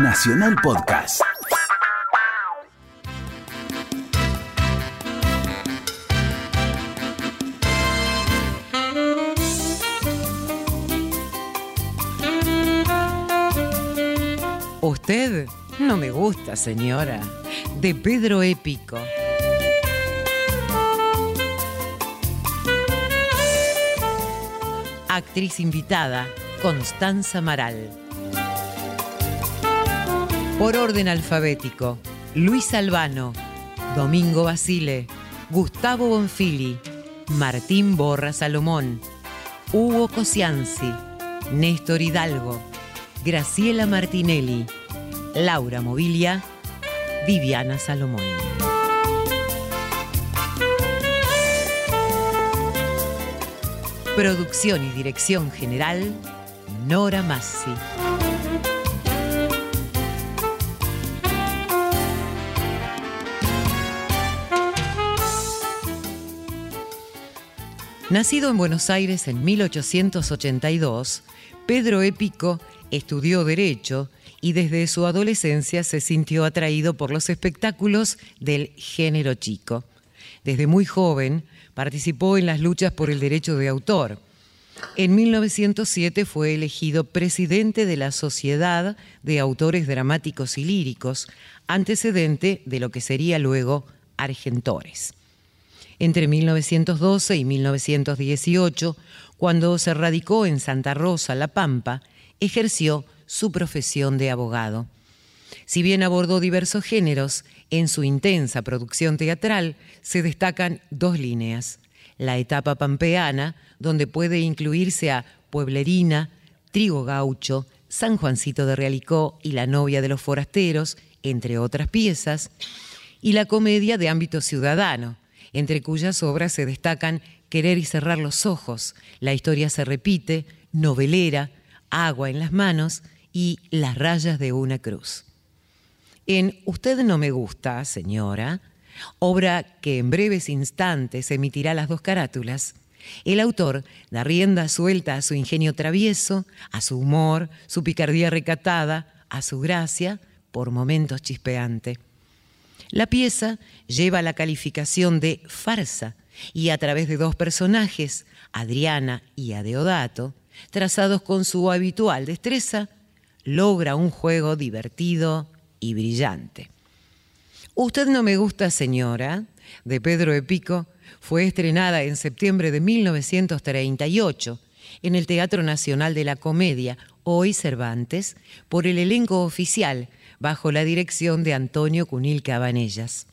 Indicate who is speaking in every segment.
Speaker 1: Nacional Podcast.
Speaker 2: Usted no me gusta, señora. De Pedro Épico. Actriz invitada, Constanza Maral. Por orden alfabético, Luis Albano, Domingo Basile, Gustavo Bonfili, Martín Borra Salomón, Hugo Cosianzi, Néstor Hidalgo, Graciela Martinelli, Laura Mobilia, Viviana Salomón. Producción y dirección general, Nora Massi. Nacido en Buenos Aires en 1882, Pedro Épico estudió Derecho y desde su adolescencia se sintió atraído por los espectáculos del género chico. Desde muy joven participó en las luchas por el derecho de autor. En 1907 fue elegido presidente de la Sociedad de Autores Dramáticos y Líricos, antecedente de lo que sería luego Argentores entre 1912 y 1918, cuando se radicó en Santa Rosa, La Pampa, ejerció su profesión de abogado. Si bien abordó diversos géneros, en su intensa producción teatral se destacan dos líneas. La etapa pampeana, donde puede incluirse a Pueblerina, Trigo Gaucho, San Juancito de Realicó y La novia de los forasteros, entre otras piezas, y la comedia de ámbito ciudadano, entre cuyas obras se destacan Querer y cerrar los ojos, La historia se repite, Novelera, Agua en las manos y Las rayas de una cruz. En Usted no me gusta, señora, obra que en breves instantes emitirá las dos carátulas, el autor da rienda suelta a su ingenio travieso, a su humor, su picardía recatada, a su gracia, por momentos chispeante. La pieza lleva la calificación de farsa y a través de dos personajes, Adriana y Adeodato, trazados con su habitual destreza, logra un juego divertido y brillante. Usted no me gusta, señora, de Pedro Epico, fue estrenada en septiembre de 1938 en el Teatro Nacional de la Comedia, hoy Cervantes, por el elenco oficial bajo la dirección de Antonio Cunil Cabanellas.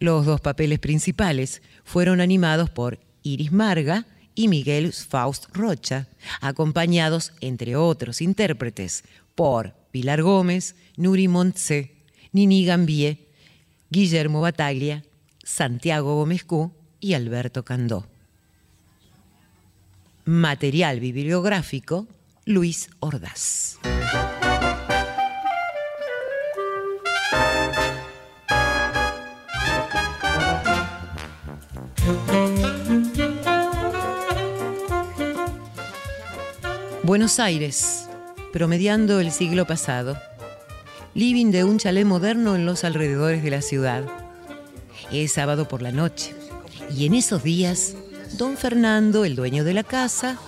Speaker 2: Los dos papeles principales fueron animados por Iris Marga y Miguel Faust Rocha, acompañados, entre otros intérpretes, por Pilar Gómez, Nuri Montse, Nini Gambier, Guillermo Bataglia, Santiago Gómez Cú y Alberto Candó. Material bibliográfico, Luis Ordaz. Buenos Aires, promediando el siglo pasado. Living de un chalet moderno en los alrededores de la ciudad. Es sábado por la noche y en esos días, don Fernando, el dueño de la casa,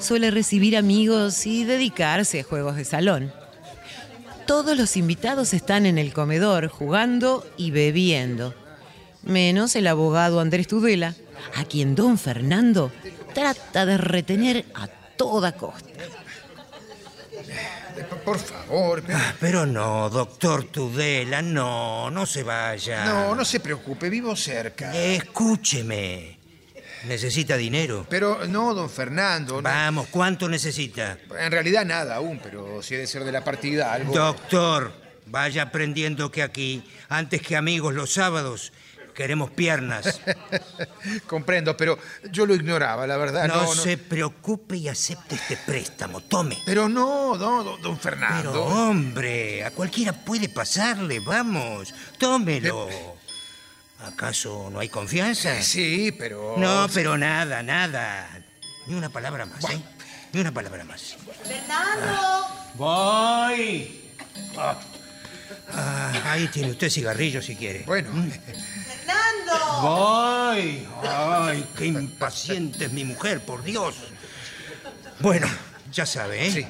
Speaker 2: suele recibir amigos y dedicarse a juegos de salón. Todos los invitados están en el comedor jugando y bebiendo, menos el abogado Andrés Tudela, a quien don Fernando trata de retener a toda costa.
Speaker 3: Por favor. pe-
Speaker 4: Ah, Pero no, doctor Tudela, no, no se vaya.
Speaker 3: No, no se preocupe, vivo cerca.
Speaker 4: Escúcheme. ¿Necesita dinero?
Speaker 3: Pero no, don Fernando. no.
Speaker 4: Vamos, ¿cuánto necesita?
Speaker 3: En realidad nada aún, pero si he de ser de la partida algo.
Speaker 4: Doctor, vaya aprendiendo que aquí, antes que amigos los sábados, queremos piernas.
Speaker 3: Comprendo, pero yo lo ignoraba, la verdad. No,
Speaker 4: No
Speaker 3: no.
Speaker 4: se preocupe y acepte este préstamo, tome.
Speaker 3: Pero no, no, don, don Fernando.
Speaker 4: Pero hombre, a cualquiera puede pasarle, vamos, tómelo. ¿Acaso no hay confianza?
Speaker 3: Eh. Sí, pero.
Speaker 4: No, pero nada, nada. Ni una palabra más, ¿eh? Ni una palabra más.
Speaker 5: Fernando,
Speaker 6: Voy.
Speaker 4: Ah, ahí tiene usted cigarrillo si quiere. Mm.
Speaker 3: Bueno,
Speaker 1: ¡Fernando!
Speaker 4: ¡Ay! ¡Ay! ¡Qué impaciente es mi mujer, por Dios! Bueno, ya sabe, ¿eh?
Speaker 3: Sí.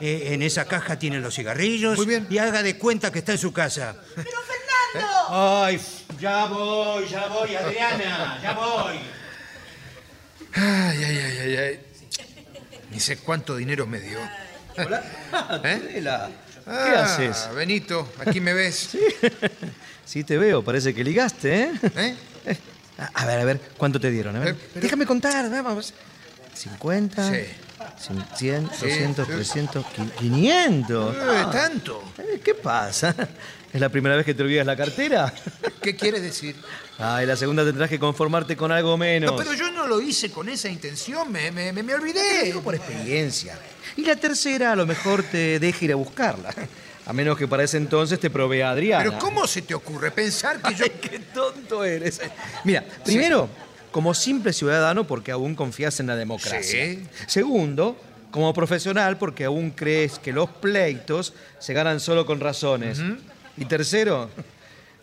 Speaker 4: Eh, en esa caja tiene los cigarrillos.
Speaker 3: Muy bien.
Speaker 4: Y haga de cuenta que está en su casa.
Speaker 1: ¡Pero
Speaker 7: ¿Eh?
Speaker 1: Fernando!
Speaker 4: ¡Ay! Ya voy, ya voy, Adriana, ya voy.
Speaker 3: ay, ay, ay, ay, ay. Ni sé cuánto dinero me dio.
Speaker 5: Hola.
Speaker 4: ¿Eh?
Speaker 5: Adela, ¿Qué
Speaker 3: Ah,
Speaker 5: haces?
Speaker 3: Benito, aquí me ves.
Speaker 5: Sí te veo, parece que ligaste, ¿eh?
Speaker 3: ¿Eh?
Speaker 5: A a ver, a ver, ¿cuánto te dieron? A ver,
Speaker 3: Eh, pero-
Speaker 5: déjame contar, vamos. 50,
Speaker 3: Sí.
Speaker 5: cin- 100,
Speaker 3: Sí,
Speaker 5: 200,
Speaker 3: sí.
Speaker 5: 300, qui- 500.
Speaker 3: Eh, ¿Tanto?
Speaker 5: Eh, ¿Qué pasa? ¿Es la primera vez que te olvidas la cartera?
Speaker 3: ¿Qué quieres decir?
Speaker 5: Ay, la segunda tendrás que conformarte con algo menos.
Speaker 3: No, pero yo no lo hice con esa intención, me, me, me- me olvidé.
Speaker 5: Digo por experiencia. Y la tercera a lo mejor te deja ir a buscarla. A menos que para ese entonces te provea Adriana.
Speaker 3: Pero ¿cómo se te ocurre pensar que yo... Eh,
Speaker 5: Ay, qué tonto eres. Mira, primero, como simple ciudadano porque aún confías en la democracia.
Speaker 3: Sí.
Speaker 5: Segundo, como profesional porque aún crees que los pleitos se ganan solo con razones. Y tercero,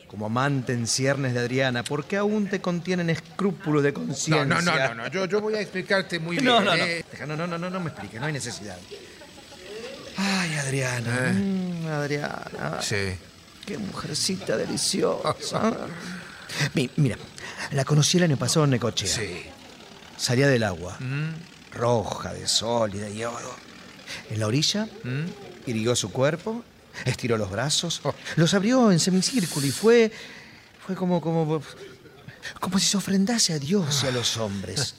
Speaker 5: como amante en ciernes de Adriana porque aún te contienen escrúpulos de
Speaker 3: No,
Speaker 5: conciencia.
Speaker 3: no, no, no, no, Yo, yo voy a explicarte muy bien.
Speaker 5: No, no, no.
Speaker 3: ¿eh?
Speaker 5: Deja, No, no, no, no, no me expliques, no hay necesidad. Ay, Adriana. Mm, Adriana.
Speaker 3: Eh. Sí.
Speaker 5: Qué mujercita deliciosa. Mi- Mira, la conocí el año pasado en Necochea.
Speaker 3: Sí.
Speaker 5: Salía del agua, roja, de sol y de yodo. En la orilla,
Speaker 3: ¿Mm?
Speaker 5: irguió su cuerpo, estiró los brazos,
Speaker 3: Oh.
Speaker 5: los abrió en semicírculo y fue, fue como, como, como si se ofrendase a Dios y a los hombres.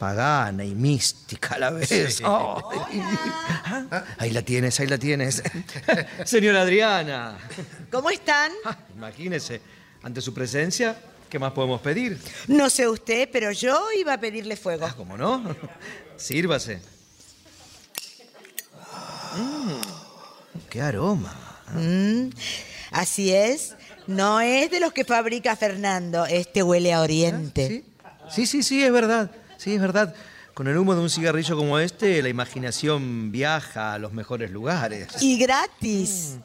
Speaker 5: Pagana y mística a la vez. Oh. Ay. Ah, Ahí la tienes, ahí la tienes. Señora Adriana.
Speaker 1: ¿Cómo están?
Speaker 5: Ah, Imagínese, ante su presencia, ¿qué más podemos pedir?
Speaker 1: No sé usted, pero yo iba a pedirle fuego.
Speaker 5: Ah, ¿Cómo no? Sírvase. Mm, ¡Qué aroma!
Speaker 1: Mm, Así es. No es de los que fabrica Fernando. Este huele a Oriente.
Speaker 5: ¿Sí? sí, sí, sí, es verdad. Sí, es verdad. Con el humo de un cigarrillo como este, la imaginación viaja a los mejores lugares.
Speaker 1: Y gratis.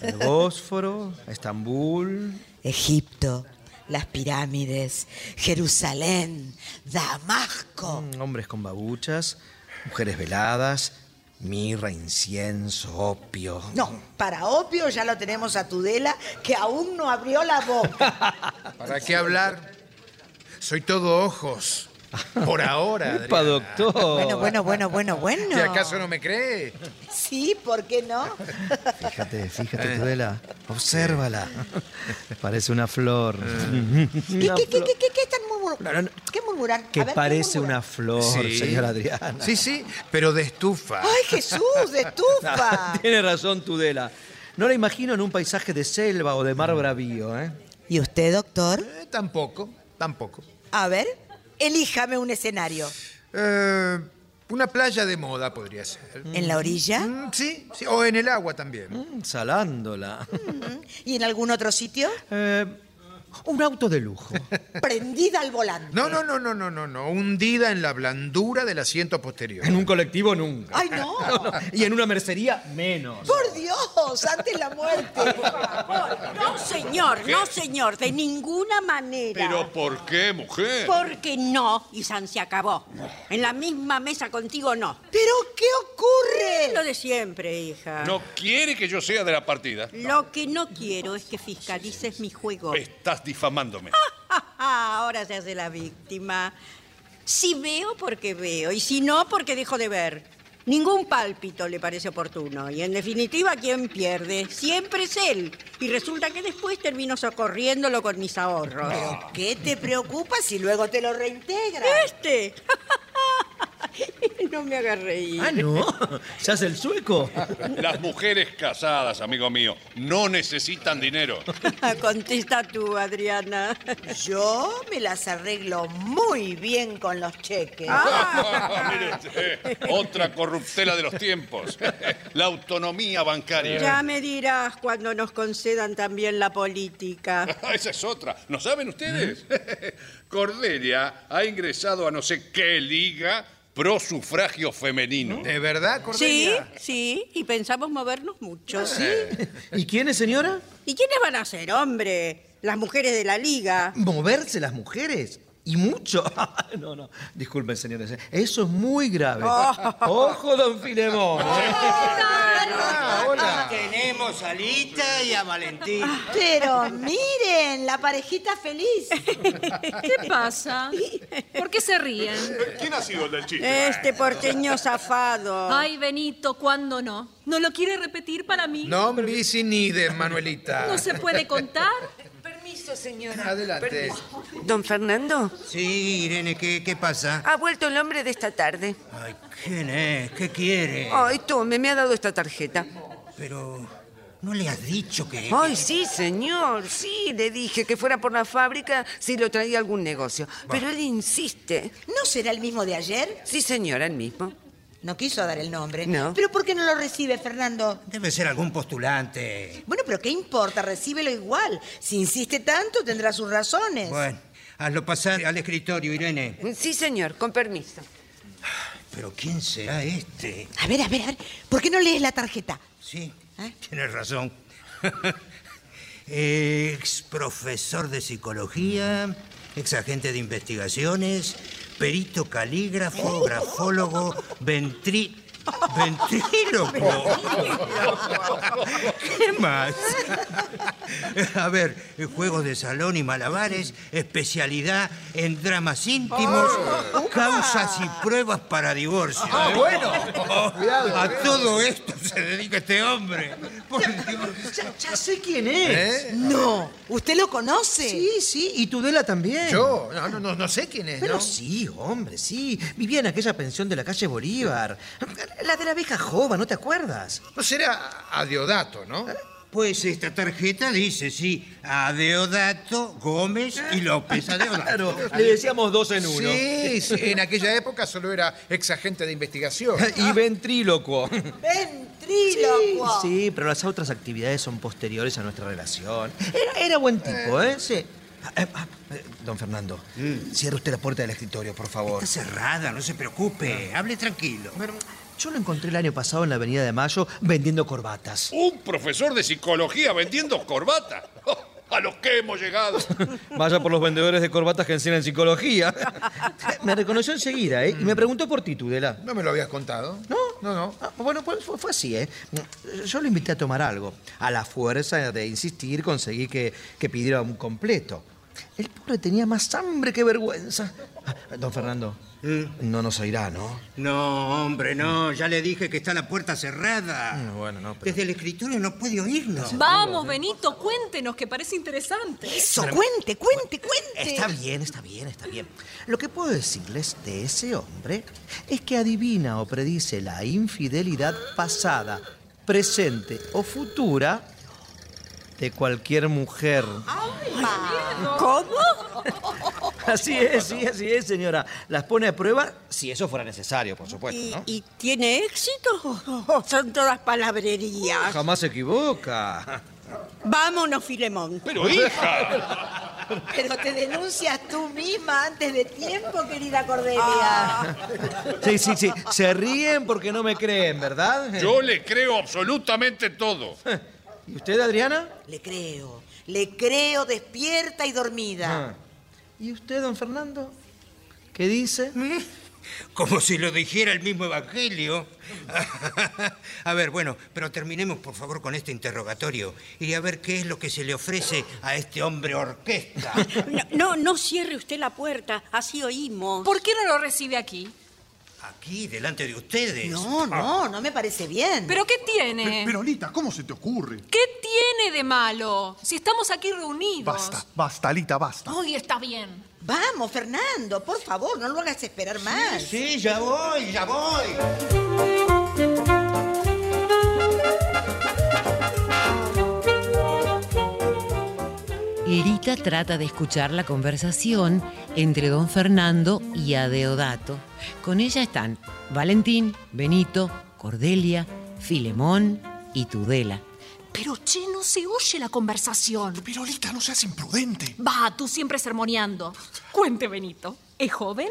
Speaker 5: Mm. Al Bósforo, a Estambul.
Speaker 1: Egipto, las pirámides, Jerusalén, Damasco.
Speaker 5: mm, Hombres con babuchas, mujeres veladas, mirra, incienso, opio.
Speaker 1: No, para opio ya lo tenemos a Tudela, que aún no abrió la boca.
Speaker 3: ¿Para qué hablar? Soy todo ojos. Por ahora.
Speaker 5: ¡Epa,
Speaker 3: Adriana.
Speaker 5: doctor!
Speaker 1: Bueno, bueno, bueno, bueno, bueno.
Speaker 3: ¿Y acaso no me cree?
Speaker 1: Sí, ¿por qué no?
Speaker 5: Fíjate, fíjate, Tudela. Obsérvala. Eh. Eh. Parece una flor.
Speaker 1: ¿Qué, qué, qué, qué, qué, qué están murmurando?
Speaker 5: No, no, no.
Speaker 1: ¿Qué murmuran? A
Speaker 5: Que
Speaker 1: ver, ¿qué
Speaker 5: parece
Speaker 1: murmuran?
Speaker 5: una flor, señora Adriana.
Speaker 3: Sí, sí, pero de estufa.
Speaker 1: ¡Ay, Jesús, de estufa!
Speaker 5: Tiene razón, Tudela. No la imagino en un paisaje de selva o de mar bravío, ¿eh?
Speaker 1: ¿Y usted, doctor?
Speaker 3: Eh, tampoco, tampoco.
Speaker 1: A ver, elíjame un escenario.
Speaker 3: Eh, una playa de moda podría ser.
Speaker 1: ¿En la orilla?
Speaker 3: Mm, Sí, sí, o en el agua también.
Speaker 5: Mm, Salándola.
Speaker 1: Mm, ¿Y en algún otro sitio?
Speaker 5: Eh, un auto de lujo.
Speaker 1: Prendida al volante.
Speaker 3: No, no, no, no, no, no, no. Hundida en la blandura del asiento posterior.
Speaker 5: En un colectivo nunca.
Speaker 1: ¡Ay, no!
Speaker 5: No, Y en una mercería menos.
Speaker 1: ¡Por Dios! ¡Antes la muerte!
Speaker 6: No, señor, no, señor, de ninguna manera.
Speaker 8: ¿Pero por qué, mujer?
Speaker 6: Porque no, y San se acabó. En la misma mesa contigo no.
Speaker 1: ¿Pero qué
Speaker 6: Lo
Speaker 1: ocurre?
Speaker 6: de siempre, hija.
Speaker 8: ¿No quiere que yo sea de la partida?
Speaker 6: Lo que no quiero es que fiscalices mi juego.
Speaker 8: Estás difamándome.
Speaker 6: Ahora se hace la víctima. Si veo, porque veo. Y si no, porque dejo de ver. Ningún pálpito le parece oportuno. Y en definitiva, ¿quién pierde? Siempre es él. Y resulta que después termino socorriéndolo con mis ahorros.
Speaker 1: ¿Qué te preocupa si luego te lo reintegra?
Speaker 6: Este. no me hagas reír.
Speaker 5: Ah, no. Se hace el sueco.
Speaker 8: Las mujeres casadas, amigo mío, no necesitan dinero.
Speaker 6: Contesta tú, Adriana.
Speaker 1: Yo me las arreglo muy bien con los cheques.
Speaker 9: Ah.
Speaker 8: Mire usted, Otra corruptela de los tiempos. La autonomía bancaria.
Speaker 6: Ya me dirás cuando nos concedan también la política.
Speaker 8: Esa es otra. ¿No saben ustedes? Cordelia ha ingresado a no sé qué liga prosufragio femenino.
Speaker 3: ¿De verdad,
Speaker 6: Sí,
Speaker 3: Cordelia?
Speaker 6: sí, y pensamos movernos
Speaker 10: Ah,
Speaker 6: mucho.
Speaker 10: eh.
Speaker 5: ¿Y quién es, señora?
Speaker 6: ¿Y quiénes van a ser, hombre? Las mujeres de la liga.
Speaker 5: ¿Moverse las mujeres? Y mucho. no, no. Disculpen, señores. ¿eh? Eso es muy grave.
Speaker 1: Oh.
Speaker 5: Ojo, don Filemón.
Speaker 4: Ah, hola. Tenemos a Lita y a Valentín.
Speaker 1: Pero miren, la parejita feliz.
Speaker 11: ¿Qué pasa? ¿Por qué se ríen?
Speaker 10: ¿Quién ha sido el del chiste?
Speaker 6: Este porteño zafado.
Speaker 11: Ay, Benito, ¿cuándo no? ¿No lo quiere repetir para mí?
Speaker 3: No bici ni de Manuelita.
Speaker 11: ¿No se puede contar?
Speaker 9: Permiso, señora.
Speaker 3: Adelante.
Speaker 9: Don Fernando,
Speaker 4: Sí, Irene, ¿qué, qué pasa?
Speaker 9: ha vuelto el hombre de esta tarde.
Speaker 4: Ay, ¿quién es? ¿Qué
Speaker 7: Eh.
Speaker 4: quiere?
Speaker 9: Ay, tome, me ha dado esta tarjeta.
Speaker 4: Pero, ¿no le has dicho que...?
Speaker 9: Ay, sí, señor, sí, le dije que fuera por la fábrica si lo traía algún negocio. Pero él insiste.
Speaker 1: ¿No será el mismo de ayer?
Speaker 9: Sí, señora, el mismo.
Speaker 1: No quiso dar el nombre.
Speaker 9: No.
Speaker 1: ¿Pero por qué no lo recibe, Fernando?
Speaker 4: Debe ser algún postulante.
Speaker 1: Bueno, pero ¿qué importa? Recíbelo igual. Si insiste tanto, tendrá sus razones.
Speaker 4: Bueno, hazlo pasar al escritorio, Irene.
Speaker 9: Sí, señor, con permiso.
Speaker 4: Pero, ¿quién será este?
Speaker 1: A ver, a ver, a ver. ¿Por qué no lees la tarjeta?
Speaker 4: Sí,
Speaker 1: ¿Eh?
Speaker 4: tienes razón. ex profesor de psicología, ex agente de investigaciones, perito calígrafo, grafólogo, ventrí... Ventríloco. ¿Qué más? A ver, eh, juegos de salón y malabares, especialidad en dramas íntimos, causas y pruebas para divorcio. Oh,
Speaker 3: bueno.
Speaker 4: A todo esto se dedica este hombre. Por Dios.
Speaker 5: ya, ya sé quién es.
Speaker 3: ¿Eh?
Speaker 1: No. ¿Usted lo conoce?
Speaker 5: Sí, sí. Y Tudela también.
Speaker 3: Yo, no, no, no, no sé quién es,
Speaker 5: Pero
Speaker 3: ¿no?
Speaker 5: sí, hombre, sí. Vivía en aquella pensión de la calle Bolívar. La de la vieja Jova, ¿no te acuerdas?
Speaker 3: No será Adiodato, ¿no?
Speaker 4: Pues esta tarjeta dice, sí, Adeodato, Gómez y López. Adeodato.
Speaker 5: le decíamos dos en
Speaker 3: Sí, sí, en aquella época solo era ex agente de investigación.
Speaker 5: Y ventríloco. Sí,
Speaker 1: Ventrílocuo.
Speaker 5: sí, pero las otras actividades son posteriores a nuestra relación. Era, era buen tipo, ¿eh? Sí. Ah, eh, ah, eh, Don Fernando,
Speaker 3: Mm.
Speaker 5: cierre usted la puerta del escritorio, por favor.
Speaker 4: Está cerrada, no se preocupe. Hable tranquilo.
Speaker 5: Bueno, Yo lo encontré el año pasado en la Avenida de Mayo vendiendo corbatas.
Speaker 3: ¡Uh!
Speaker 8: Un profesor de psicología vendiendo corbata. Oh, a los que hemos llegado.
Speaker 5: Vaya por los vendedores de corbatas que enseñan psicología. me reconoció enseguida, ¿eh? Y me preguntó por ti, Tudela.
Speaker 3: ¿No me lo habías contado?
Speaker 5: ¿No?
Speaker 3: No, no.
Speaker 5: Ah, bueno, pues fue, fue así, ¿eh? Yo lo invité a tomar algo. A la fuerza de insistir conseguí que, que pidiera un completo. El pobre tenía más hambre que vergüenza. Ah, Don Fernando,
Speaker 3: Mm.
Speaker 5: no nos oirá, ¿no?
Speaker 4: No, hombre, no. Ya le dije que está la puerta cerrada.
Speaker 5: Mm, bueno, no, pero- ¿eh?
Speaker 4: Desde el escritorio no puede oírnos.
Speaker 11: Vamos, Benito, cuéntenos, que parece interesante.
Speaker 1: Eso, cuente, cuente, cuente.
Speaker 5: Está bien, está bien, está bien. Lo que puedo decirles de ese hombre es que adivina o predice la infidelidad pasada, presente o futura de cualquier mujer.
Speaker 6: ¿Cómo?
Speaker 5: Así es, sí, así es, señora. Las pone a prueba si eso fuera necesario, por supuesto,
Speaker 6: ¿Y,
Speaker 5: ¿no?
Speaker 6: y tiene éxito? Son todas palabrerías.
Speaker 5: Jamás se equivoca.
Speaker 6: Vámonos, Filemón.
Speaker 8: Pero hija,
Speaker 1: Pero te denuncias tú misma antes de tiempo, querida Cordelia.
Speaker 5: Sí, sí, sí. Se ríen porque no me creen, ¿verdad?
Speaker 8: yo le creo absolutamente todo.
Speaker 5: ¿Y usted, Adriana?
Speaker 1: Le creo, le creo despierta y dormida.
Speaker 5: Ah. ¿Y usted, don Fernando? ¿Qué dice?
Speaker 1: ¿Eh?
Speaker 4: Como si lo dijera el mismo Evangelio. a ver, bueno, pero terminemos por favor con este interrogatorio y a ver qué es lo que se le ofrece a este hombre orquesta.
Speaker 6: No, no, no cierre usted la puerta, así oímos.
Speaker 11: ¿Por qué no lo recibe aquí?
Speaker 4: Aquí, delante de ustedes. Ah.
Speaker 1: No, no, no me parece bien.
Speaker 11: ¿Pero qué tiene?
Speaker 10: Pero, Lita, ¿cómo se te ocurre?
Speaker 11: ¿Qué tiene de malo? Si estamos aquí reunidos.
Speaker 10: Basta, basta, Lita, basta.
Speaker 11: Hoy está bien.
Speaker 1: Vamos, Fernando, por favor, no lo hagas esperar más.
Speaker 4: Sí, ya voy, ya voy.
Speaker 2: Lita trata de escuchar la conversación entre don Fernando y Adeodato. Con ella están Valentín, Benito, Cordelia, Filemón y Tudela.
Speaker 11: Pero, che, no se oye la conversación.
Speaker 10: Pero, Lita, no seas imprudente.
Speaker 11: Va, tú siempre sermoneando. Cuente, Benito. ¿Es joven?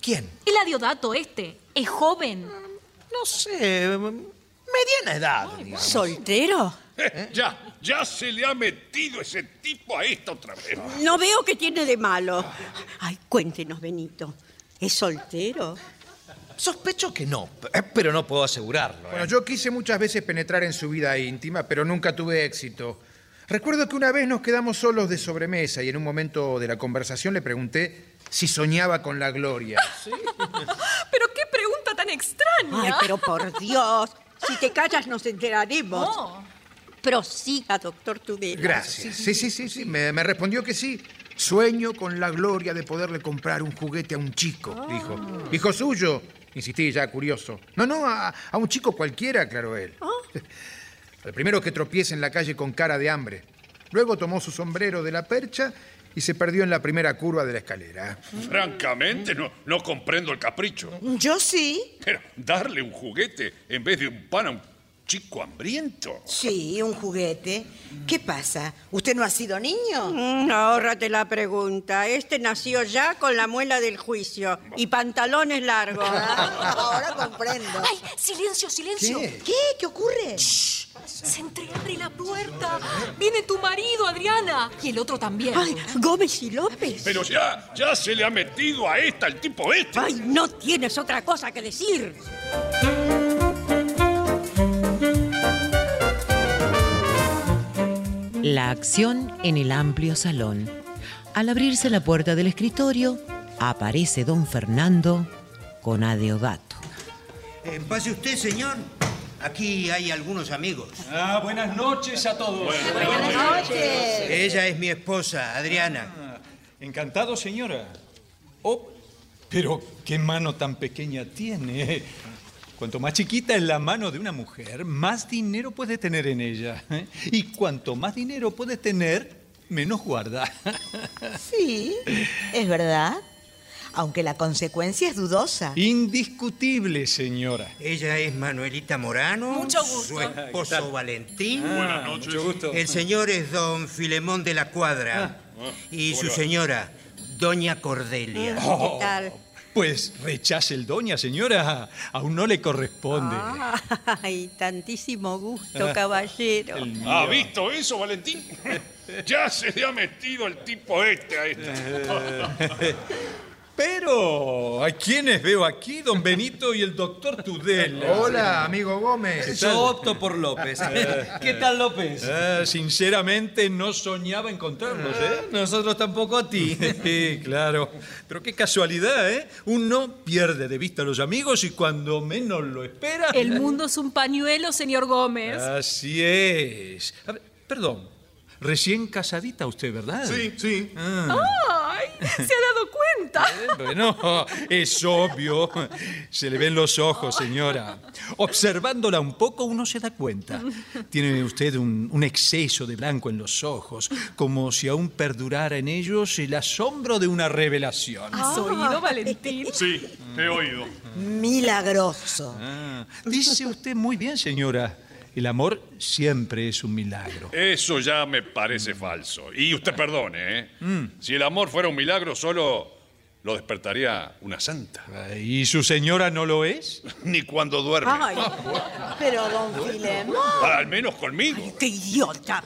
Speaker 5: ¿Quién?
Speaker 11: El adiodato este. ¿Es joven?
Speaker 5: No sé, mm. mediana edad. digamos.
Speaker 6: ¿Soltero?
Speaker 8: Eh, Ya, ya se le ha metido ese tipo a esta otra vez.
Speaker 6: No veo qué tiene de malo. Ay, cuéntenos, Benito. ¿Es soltero?
Speaker 5: Sospecho que no, eh, pero no puedo asegurarlo.
Speaker 3: Bueno, yo quise muchas veces penetrar en su vida íntima, pero nunca tuve éxito. Recuerdo que una vez nos quedamos solos de sobremesa y en un momento de la conversación le pregunté si soñaba con la gloria.
Speaker 11: Pero qué pregunta tan extraña.
Speaker 6: Ay, pero por Dios. Si te callas nos enteraremos.
Speaker 11: No.
Speaker 6: Prosiga, doctor Tudela.
Speaker 3: Gracias. Sí, sí, sí, sí. Me, me respondió que sí. Sueño con la gloria de poderle comprar un juguete a un chico, dijo. Hijo suyo, insistí ya curioso. No, no, a, a un chico cualquiera, aclaró él. El primero que tropiece en la calle con cara de hambre. Luego tomó su sombrero de la percha y se perdió en la primera curva de la escalera.
Speaker 8: Francamente, no, no comprendo el capricho.
Speaker 1: Yo sí.
Speaker 8: Pero darle un juguete en vez de un pan a un chico hambriento.
Speaker 1: Sí, un juguete. ¿Qué pasa? ¿Usted no ha sido niño?
Speaker 6: Mm, ahórrate la pregunta. Este nació ya con la muela del juicio y pantalones largos.
Speaker 1: Ah, ahora comprendo.
Speaker 11: Ay, silencio, silencio.
Speaker 1: ¿Qué? ¿Qué ocurre?
Speaker 11: Se entreabre la puerta. Viene tu marido, Adriana. Y el otro también.
Speaker 6: Ay, Gómez y López.
Speaker 8: Pero ya, ya se le ha metido a esta el tipo este.
Speaker 6: Ay, no tienes otra cosa que decir.
Speaker 2: La acción en el amplio salón. Al abrirse la puerta del escritorio, aparece don Fernando con adeodato.
Speaker 4: Eh, pase usted, señor. Aquí hay algunos amigos.
Speaker 7: Ah, buenas noches a todos.
Speaker 4: Ella es mi esposa, Adriana.
Speaker 7: Ah, Encantado, señora. Oh, pero qué mano tan pequeña tiene. Cuanto más chiquita es la mano de una mujer, más dinero puede tener en ella. ¿eh? Y cuanto más dinero puede tener, menos guarda.
Speaker 1: Sí, es verdad. Aunque la consecuencia es dudosa.
Speaker 7: Indiscutible, señora.
Speaker 4: Ella es Manuelita Morano.
Speaker 11: Mucho gusto.
Speaker 4: Su esposo Valentín.
Speaker 8: Buenas noches.
Speaker 7: Mucho gusto.
Speaker 4: El señor es don Filemón de la Cuadra. y su señora, doña Cordelia.
Speaker 6: Ah, ¿Qué tal?
Speaker 7: Pues rechace el doña, señora. Aún no le corresponde.
Speaker 5: Ah.
Speaker 6: Ay, Ah, tantísimo gusto, caballero.
Speaker 7: Ah, El mío.
Speaker 8: ¿Ha Ah, visto eso, Valentín? Ya se le ha metido el tipo este a esta.
Speaker 7: Pero, ¿a quiénes veo aquí? Don Benito y el doctor Tudela.
Speaker 3: Hola, amigo Gómez.
Speaker 7: tal?
Speaker 12: Yo opto por López. ¿Qué tal, López?
Speaker 7: Ah, Eh. sinceramente no soñaba encontrarlos, ¿eh?
Speaker 12: Ah, Nosotros tampoco a ti.
Speaker 7: Sí, claro. Pero qué casualidad, ¿eh? Uno pierde de vista a los amigos y cuando menos lo espera.
Speaker 11: El mundo es un pañuelo, señor Gómez.
Speaker 7: Así es. A ver, perdón. Recién casadita usted, ¿verdad? Ah.
Speaker 10: Sí, sí. Ah.
Speaker 11: ¡Ay! Se ha dado cuenta.
Speaker 7: Eh, Bueno, es obvio. Se le ven los ojos, señora. Observándola un poco, uno se da cuenta. Tiene usted un, un exceso de blanco en los ojos, como si aún perdurara en ellos el asombro de una revelación.
Speaker 11: ¿Has
Speaker 8: Ah.
Speaker 11: oído, Valentín?
Speaker 8: Sí, he oído.
Speaker 1: Milagroso.
Speaker 7: Ah, dice usted muy bien, señora. El amor siempre es un milagro.
Speaker 8: Eso ya me parece falso. Y usted perdone, ¿eh?
Speaker 7: Mm.
Speaker 8: Si el amor fuera un milagro, solo lo despertaría una santa.
Speaker 7: Ah, ¿Y su señora no lo es?
Speaker 8: Ni cuando duerme.
Speaker 6: Ay,
Speaker 1: Pero don Filemón.
Speaker 8: Ah, Al menos conmigo.
Speaker 1: este
Speaker 8: Eh,
Speaker 6: qué idiota.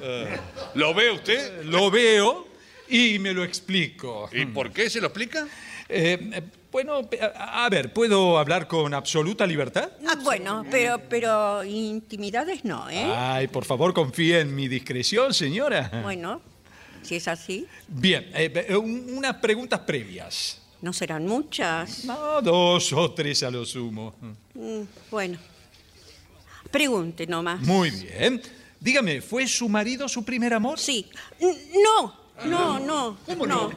Speaker 8: ¿Lo ve usted?
Speaker 7: Lo veo y me lo explico.
Speaker 8: ¿Y por qué se lo explica?
Speaker 7: Eh, eh, bueno, pe- a, a ver, ¿puedo hablar con absoluta libertad?
Speaker 6: Ah, bueno, pero, pero intimidades no, ¿eh?
Speaker 7: Ay, por favor, confíe en mi discreción, señora.
Speaker 6: Bueno, si es así,
Speaker 7: Bien, eh, eh, un- unas preguntas previas.
Speaker 6: no serán muchas.
Speaker 7: No, dos o tres a lo sumo.
Speaker 6: Mm, Bueno, pregunte nomás.
Speaker 7: Muy bien. Dígame, ¿fue su marido su primer amor?
Speaker 6: Sí. N- No, no, no. no?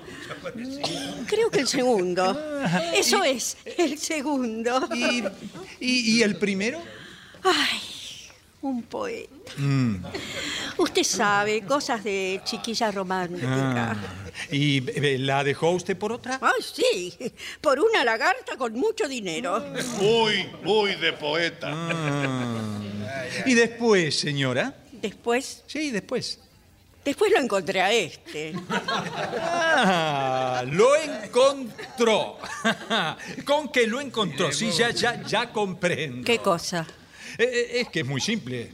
Speaker 6: Creo que el segundo. Eso es, el segundo.
Speaker 7: Ah. ¿Y, y- y el primero?
Speaker 6: Ay, un poeta.
Speaker 7: Ah,
Speaker 6: Usted sabe, cosas de chiquilla romántica.
Speaker 7: Ah, ¿Y eh, la dejó usted por otra?
Speaker 6: Ay, sí, por una lagarta con mucho dinero.
Speaker 7: Mm.
Speaker 8: Muy, muy de poeta.
Speaker 7: Ah. ¿Y después, señora?
Speaker 6: Después,
Speaker 7: Sí, después.
Speaker 6: Después lo encontré a este.
Speaker 7: Ah, lo encontró. Con que lo encontró. Sí, ya, ya, ya comprendo.
Speaker 6: ¿Qué cosa?
Speaker 7: Eh, eh, es que es muy simple.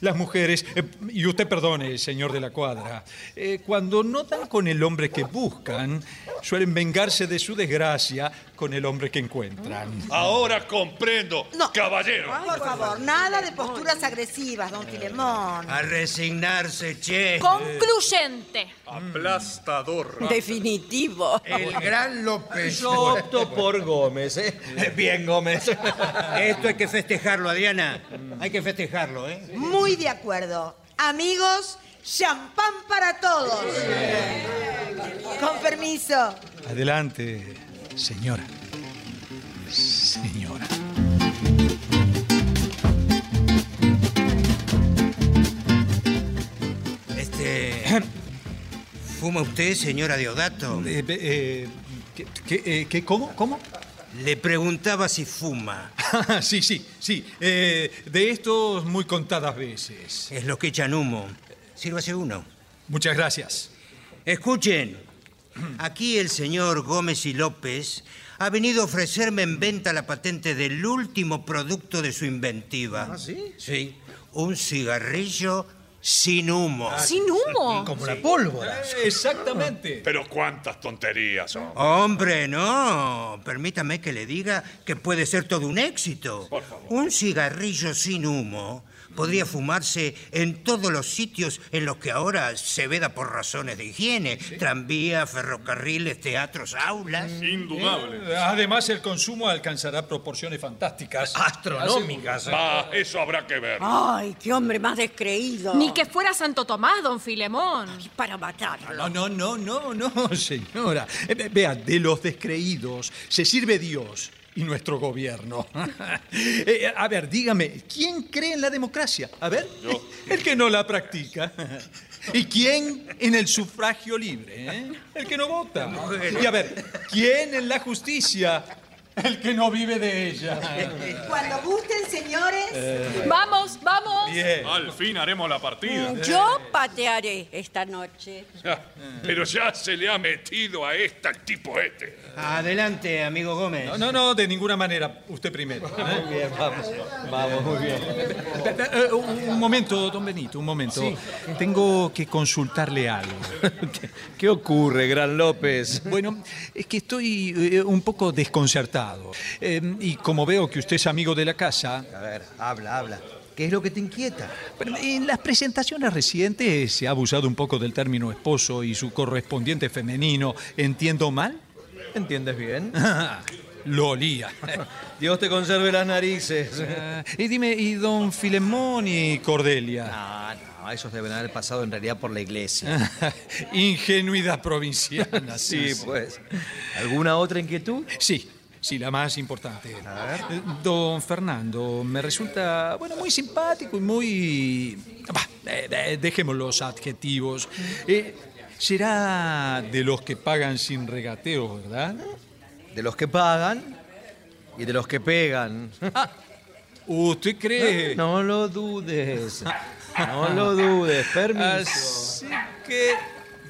Speaker 7: Las mujeres, eh, y usted perdone, señor de la cuadra, eh, cuando no dan con el hombre que buscan, suelen vengarse de su desgracia con el hombre que encuentran.
Speaker 8: Ahora comprendo, caballero.
Speaker 1: Por favor, nada de posturas agresivas,
Speaker 5: Eh.
Speaker 1: don Filemón.
Speaker 4: A resignarse, che.
Speaker 11: Concluyente.
Speaker 8: Aplastador.
Speaker 6: Definitivo.
Speaker 3: El gran López.
Speaker 12: Yo opto por Gómez, ¿eh? Bien, Gómez.
Speaker 4: Esto hay que festejarlo, Adriana. Hay que festejarlo, ¿eh?
Speaker 1: Muy de acuerdo. Amigos, champán para todos. Con permiso.
Speaker 7: Adelante, señora. Señora.
Speaker 4: Este. ¿Fuma usted, señora Deodato?
Speaker 7: Eh, eh, ¿qué- qué- eh, qué- ¿Cómo? ¿Cómo?
Speaker 4: Le preguntaba si fuma.
Speaker 7: sí, sí, sí. Eh, de esto muy contadas veces.
Speaker 4: Es lo que echan humo. Sírvase uno.
Speaker 7: Muchas gracias.
Speaker 4: Escuchen, aquí el señor Gómez y López ha venido a ofrecerme en venta la patente del último producto de su inventiva. ¿Ah, sí? Sí, un cigarrillo sin humo.
Speaker 11: Ah, Sin humo.
Speaker 5: Como la pólvora.
Speaker 7: Eh, Exactamente.
Speaker 8: Pero cuántas tonterías. hombre.
Speaker 4: Hombre, no. Permítame que le diga que puede ser todo un éxito.
Speaker 8: Por favor.
Speaker 4: Un cigarrillo sin humo podría fumarse en todos los sitios en los que ahora se veda por razones de higiene. Tranvías, ferrocarriles, teatros, aulas.
Speaker 8: Indudable.
Speaker 7: Eh, Además, el consumo alcanzará proporciones fantásticas.
Speaker 5: Astronómicas.
Speaker 8: Ah, eso habrá que ver.
Speaker 6: Ay, qué hombre más descreído.
Speaker 11: Ni que fuera Santo Tomás, don Filemón.
Speaker 6: para matarlo.
Speaker 7: No, no, no, no, no, señora. Eh, ve- Vea, de los descreídos se sirve Dios y nuestro gobierno. Eh, a ver, dígame, ¿quién cree en la democracia? A ver, el que no la practica. ¿Y quién en el sufragio libre? eh? El que no vota. Y a ver, ¿quién en la justicia? El que no vive de ella.
Speaker 1: Cuando gusten, señores.
Speaker 11: Vamos, vamos.
Speaker 7: Eh, Bien.
Speaker 8: Al fin haremos la partida.
Speaker 1: Eh,
Speaker 6: Yo patearé esta noche.
Speaker 8: Pero ya se le ha metido a esta el tipo este.
Speaker 4: Adelante, amigo Gómez.
Speaker 7: No, no, no, de ninguna manera. Usted primero. ¿eh?
Speaker 12: Bien, vamos. Vamos, muy bien.
Speaker 7: Pe- pe- eh, Un un momento, don Benito, un momento. Tengo que consultarle algo.
Speaker 5: ¿Qué, qué ocurre, Gran López?
Speaker 7: Bueno, es que estoy eh, un poco desconcertado. Eh, y como veo que usted es amigo de la casa,
Speaker 5: A ver, habla, habla. ¿Qué es lo que te inquieta?
Speaker 7: pero en las presentaciones recientes se ha abusado un poco del término esposo y su correspondiente femenino. ¿Entiendo mal?
Speaker 12: ¿Entiendes bien?
Speaker 7: Lo olía.
Speaker 12: Dios te conserve las narices.
Speaker 7: Ah, y dime, ¿y don Filemón y Cordelia?
Speaker 5: No, no, esos deben haber pasado en realidad por la iglesia.
Speaker 7: Ingenuidad provinciana.
Speaker 5: Sí, pues. ¿Alguna otra inquietud?
Speaker 7: Sí, sí, la más importante. Eh, Don Fernando me resulta, bueno, muy simpático y muy... Bah, eh, eh, dejemos los adjetivos. Eh, será de los que pagan sin regateo, ¿verdad?
Speaker 5: De los que pagan y de los que pegan.
Speaker 7: ¿Usted cree?
Speaker 5: No lo dudes. No lo dudes. Permiso.
Speaker 7: Así que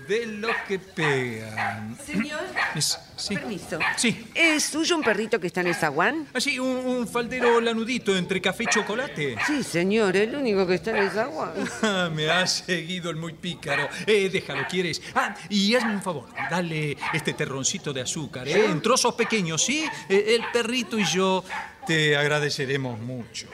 Speaker 7: de los que pegan.
Speaker 9: Señor,
Speaker 7: Es- sí.
Speaker 9: permiso.
Speaker 7: Sí.
Speaker 9: ¿Es suyo un perrito que está en el zaguán?
Speaker 7: Ah, sí, un, un faldero lanudito entre café y chocolate.
Speaker 9: Sí, señor, el único que está en el zaguán.
Speaker 7: Ah, Me ha seguido el muy pícaro. Eh, déjalo, ¿quieres? Ah, y hazme un favor, dale este terroncito de azúcar, ¿eh? En trozos pequeños, ¿sí? Eh, el perrito y yo te agradeceremos mucho.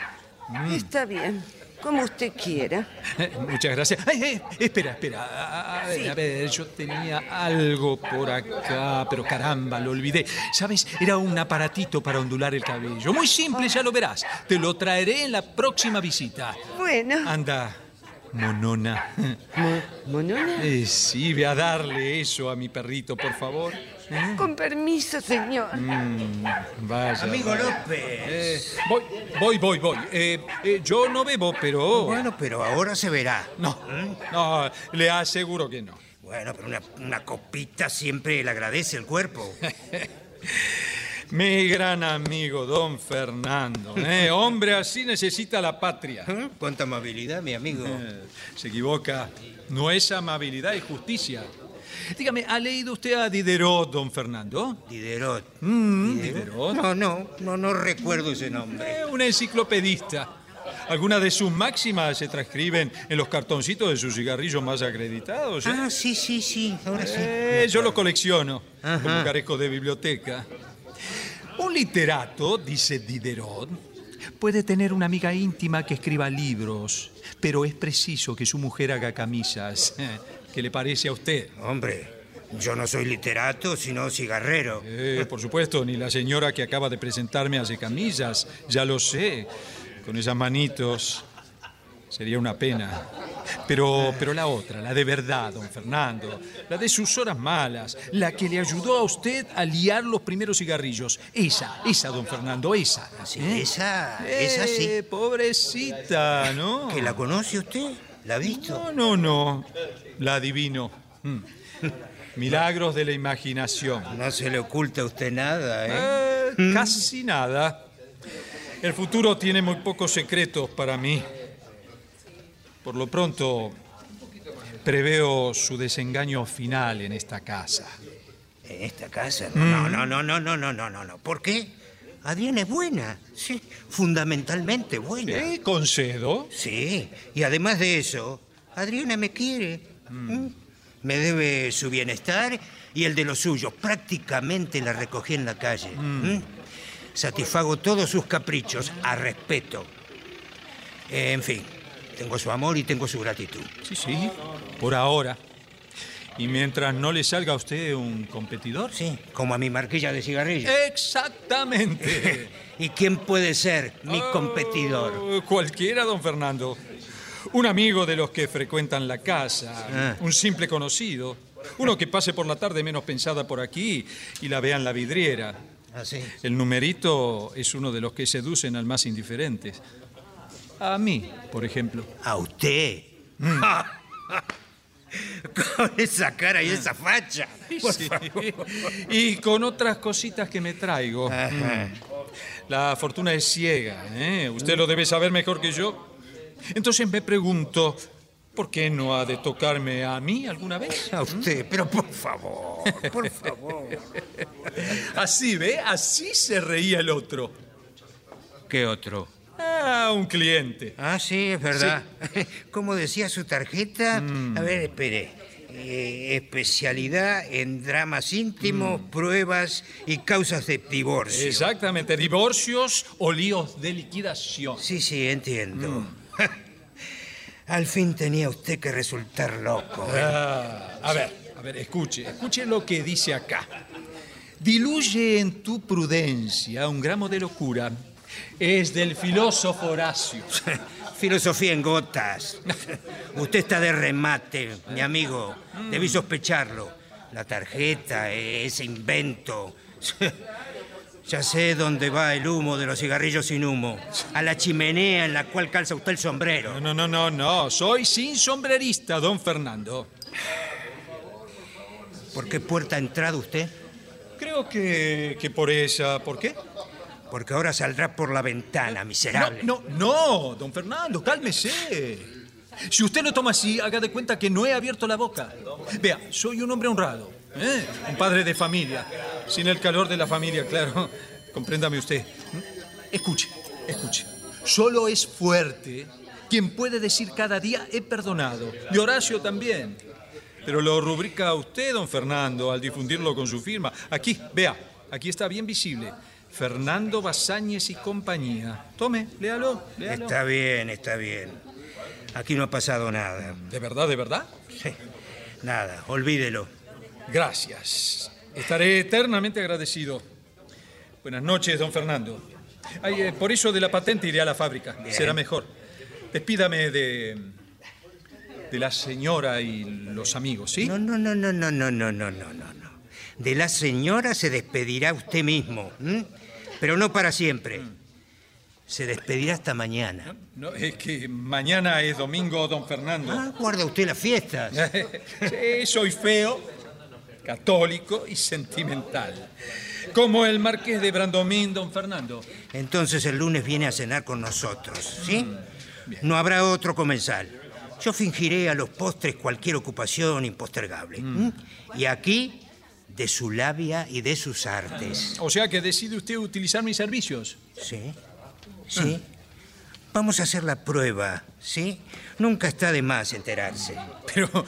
Speaker 7: Mm.
Speaker 9: Está bien, como usted quiera.
Speaker 7: Eh, muchas gracias. Ay, eh, espera, espera. A- A, a ver, a ver, yo tenía algo por acá, pero caramba, lo olvidé. ¿Sabes? Era un aparatito para ondular el cabello. Muy simple, ya lo verás. Te lo traeré en la próxima visita.
Speaker 9: Bueno.
Speaker 7: Anda, monona.
Speaker 9: Mo- ¿Monona?
Speaker 7: Eh, sí, ve a darle eso a mi perrito, por favor. Mm,
Speaker 9: Con permiso, señor.
Speaker 7: Vaya.
Speaker 4: Amigo
Speaker 7: vaya.
Speaker 4: López.
Speaker 7: Eh, voy, voy, voy, voy. Eh, eh, yo no bebo, pero.
Speaker 4: Bueno, pero ahora se verá.
Speaker 7: No, ¿Eh? no, le aseguro que no.
Speaker 4: Bueno, pero una, una copita siempre le agradece el cuerpo.
Speaker 7: Mi gran amigo, don Fernando. ¿eh? Hombre así necesita la patria.
Speaker 4: ¿Ah?
Speaker 7: Eh,
Speaker 4: Cuánta amabilidad, mi amigo.
Speaker 7: Se equivoca. No es amabilidad, es justicia. Dígame, ¿ha leído usted a Diderot, don Fernando?
Speaker 4: Diderot.
Speaker 7: Mm, Diderot.
Speaker 4: No, no, no, no recuerdo ese nombre.
Speaker 7: Eh, un enciclopedista. Algunas de sus máximas se transcriben en los cartoncitos de sus cigarrillos más acreditados. ¿eh?
Speaker 4: Ah, sí, sí, sí, ahora sí.
Speaker 7: Eh, yo lo colecciono,
Speaker 4: Ajá.
Speaker 7: como carezco de biblioteca. Un literato, dice Diderot, puede tener una amiga íntima que escriba libros, pero es preciso que su mujer haga camisas. Eh, ¿Qué le parece a usted?
Speaker 4: Hombre, yo no soy literato, sino cigarrero.
Speaker 7: Eh, por supuesto, ni la señora que acaba de presentarme hace camisas, ya lo sé, con esas manitos. Sería una pena. Pero, pero la otra, la de verdad, don Fernando, la de sus horas malas, la que le ayudó a usted a liar los primeros cigarrillos. Esa, esa, don Fernando, esa. ¿eh?
Speaker 4: Ah, Esa, esa sí.
Speaker 7: Eh, Pobrecita, ¿no?
Speaker 4: ¿Que la conoce usted? ¿La ha visto?
Speaker 7: No, no, no. La adivino. Mm. Milagros de la imaginación.
Speaker 4: No se le oculta a usted nada, ¿eh?
Speaker 7: Eh, Casi nada. El futuro tiene muy pocos secretos para mí. Por lo pronto, preveo su desengaño final en esta casa.
Speaker 4: En esta casa.
Speaker 7: Mm.
Speaker 4: No, no, no, no, no, no, no, no, no. ¿Por qué? Adriana es buena, sí, fundamentalmente buena.
Speaker 7: ¿Eh? ¿Concedo?
Speaker 4: Sí, y además de eso, Adriana me quiere. ¿Mm? Me debe su bienestar y el de los suyos. Prácticamente la recogí en la calle. ¿Mm? Satisfago todos sus caprichos a respeto. Eh, en fin, tengo su amor y tengo su gratitud.
Speaker 7: Sí, sí, por ahora. Y mientras no le salga a usted un competidor. Eh.
Speaker 4: Sí, como a mi marquilla de cigarrillos.
Speaker 7: Exactamente.
Speaker 4: ¿Y quién puede ser mi competidor?
Speaker 7: Oh, Cualquiera, don Fernando. Un amigo de los que frecuentan la casa,
Speaker 4: Ah.
Speaker 7: un simple conocido, uno que pase por la tarde menos pensada por aquí y la vea en la vidriera.
Speaker 4: Así.
Speaker 7: El numerito es uno de los que seducen al más indiferente. A mí, por ejemplo.
Speaker 4: A usted. Mm. Con esa cara y esa facha. Por
Speaker 7: Sí.
Speaker 4: favor.
Speaker 7: Y con otras cositas que me traigo. Mm.
Speaker 4: Ajá.
Speaker 7: Eh. La fortuna es ciega, ¿eh? Usted lo debe saber mejor que yo. Entonces me pregunto, ¿por qué no ha de tocarme a mí alguna vez?
Speaker 4: A usted, pero por favor, por favor.
Speaker 7: Así, ¿ve? Así se reía el otro.
Speaker 4: ¿Qué otro?
Speaker 7: Ah, un cliente.
Speaker 4: Ah, sí, es verdad. ¿Cómo decía su tarjeta?
Speaker 7: Mm.
Speaker 4: A ver, espere. Eh, especialidad en dramas
Speaker 7: Mm.
Speaker 4: íntimos, pruebas y causas de divorcio.
Speaker 7: Exactamente, divorcios o líos de liquidación.
Speaker 4: Sí, sí, entiendo. Al fin tenía usted que resultar loco. ¿eh?
Speaker 7: Ah, a ver, a ver, escuche, escuche lo que dice acá. Diluye en tu prudencia un gramo de locura. Es del filósofo Horacio.
Speaker 4: Filosofía en gotas. Usted está de remate, mi amigo. Debí sospecharlo. La tarjeta, eh, ese invento. Ya sé dónde va el humo de los cigarrillos sin humo. A la chimenea en la cual calza usted el
Speaker 7: No,
Speaker 4: sombrero.
Speaker 7: no, no, no, no. Soy sin sombrerista, don Fernando.
Speaker 4: ¿Por qué puerta ha entrado usted?
Speaker 7: Creo que, que por esa. ¿Por qué?
Speaker 4: Porque ahora saldrá por la ventana,
Speaker 7: No,
Speaker 4: miserable.
Speaker 7: no, no, don Fernando, cálmese. Si usted lo toma así, haga de cuenta que no he abierto la boca. Vea, soy un hombre honrado, ¿eh? un padre de familia, sin el calor de la familia, claro. Compréndame usted. Escuche, escuche. Solo es fuerte quien puede decir cada día he perdonado. Y Horacio también. Pero lo rubrica usted, don Fernando, al difundirlo con su firma. Aquí, vea, aquí está bien visible. Fernando Basáñez y compañía. Tome, léalo, léalo.
Speaker 4: Está bien, está bien. Aquí no ha pasado nada.
Speaker 7: ¿De verdad, de verdad?
Speaker 4: Sí, Nada, olvídelo.
Speaker 7: Gracias. Estaré eternamente agradecido. Buenas noches, don Fernando. Ay, eh, por eso de la patente iré a la fábrica. Será mejor. Despídame de. de la señora y los amigos, ¿sí?
Speaker 4: No, no, no, no, no, no, no, no, no, no, no. De la señora se despedirá usted mismo, ¿m? pero no para siempre. Se despedirá hasta mañana.
Speaker 7: No, Eh. es que mañana es domingo, don Fernando.
Speaker 4: Ah, guarda usted las fiestas.
Speaker 7: Sí, soy feo, católico y sentimental. Como el marqués de Brandomín, don Fernando.
Speaker 4: Entonces el lunes viene a cenar con nosotros, ¿sí? No habrá otro comensal. Yo fingiré a los postres cualquier ocupación impostergable.
Speaker 7: Mm.
Speaker 4: ¿m? Y aquí, de su labia y de sus artes.
Speaker 7: O sea que decide usted utilizar mis servicios.
Speaker 4: Sí. Sí.
Speaker 7: Mm.
Speaker 4: Vamos a hacer la prueba, ¿sí? Nunca está de más enterarse.
Speaker 7: Pero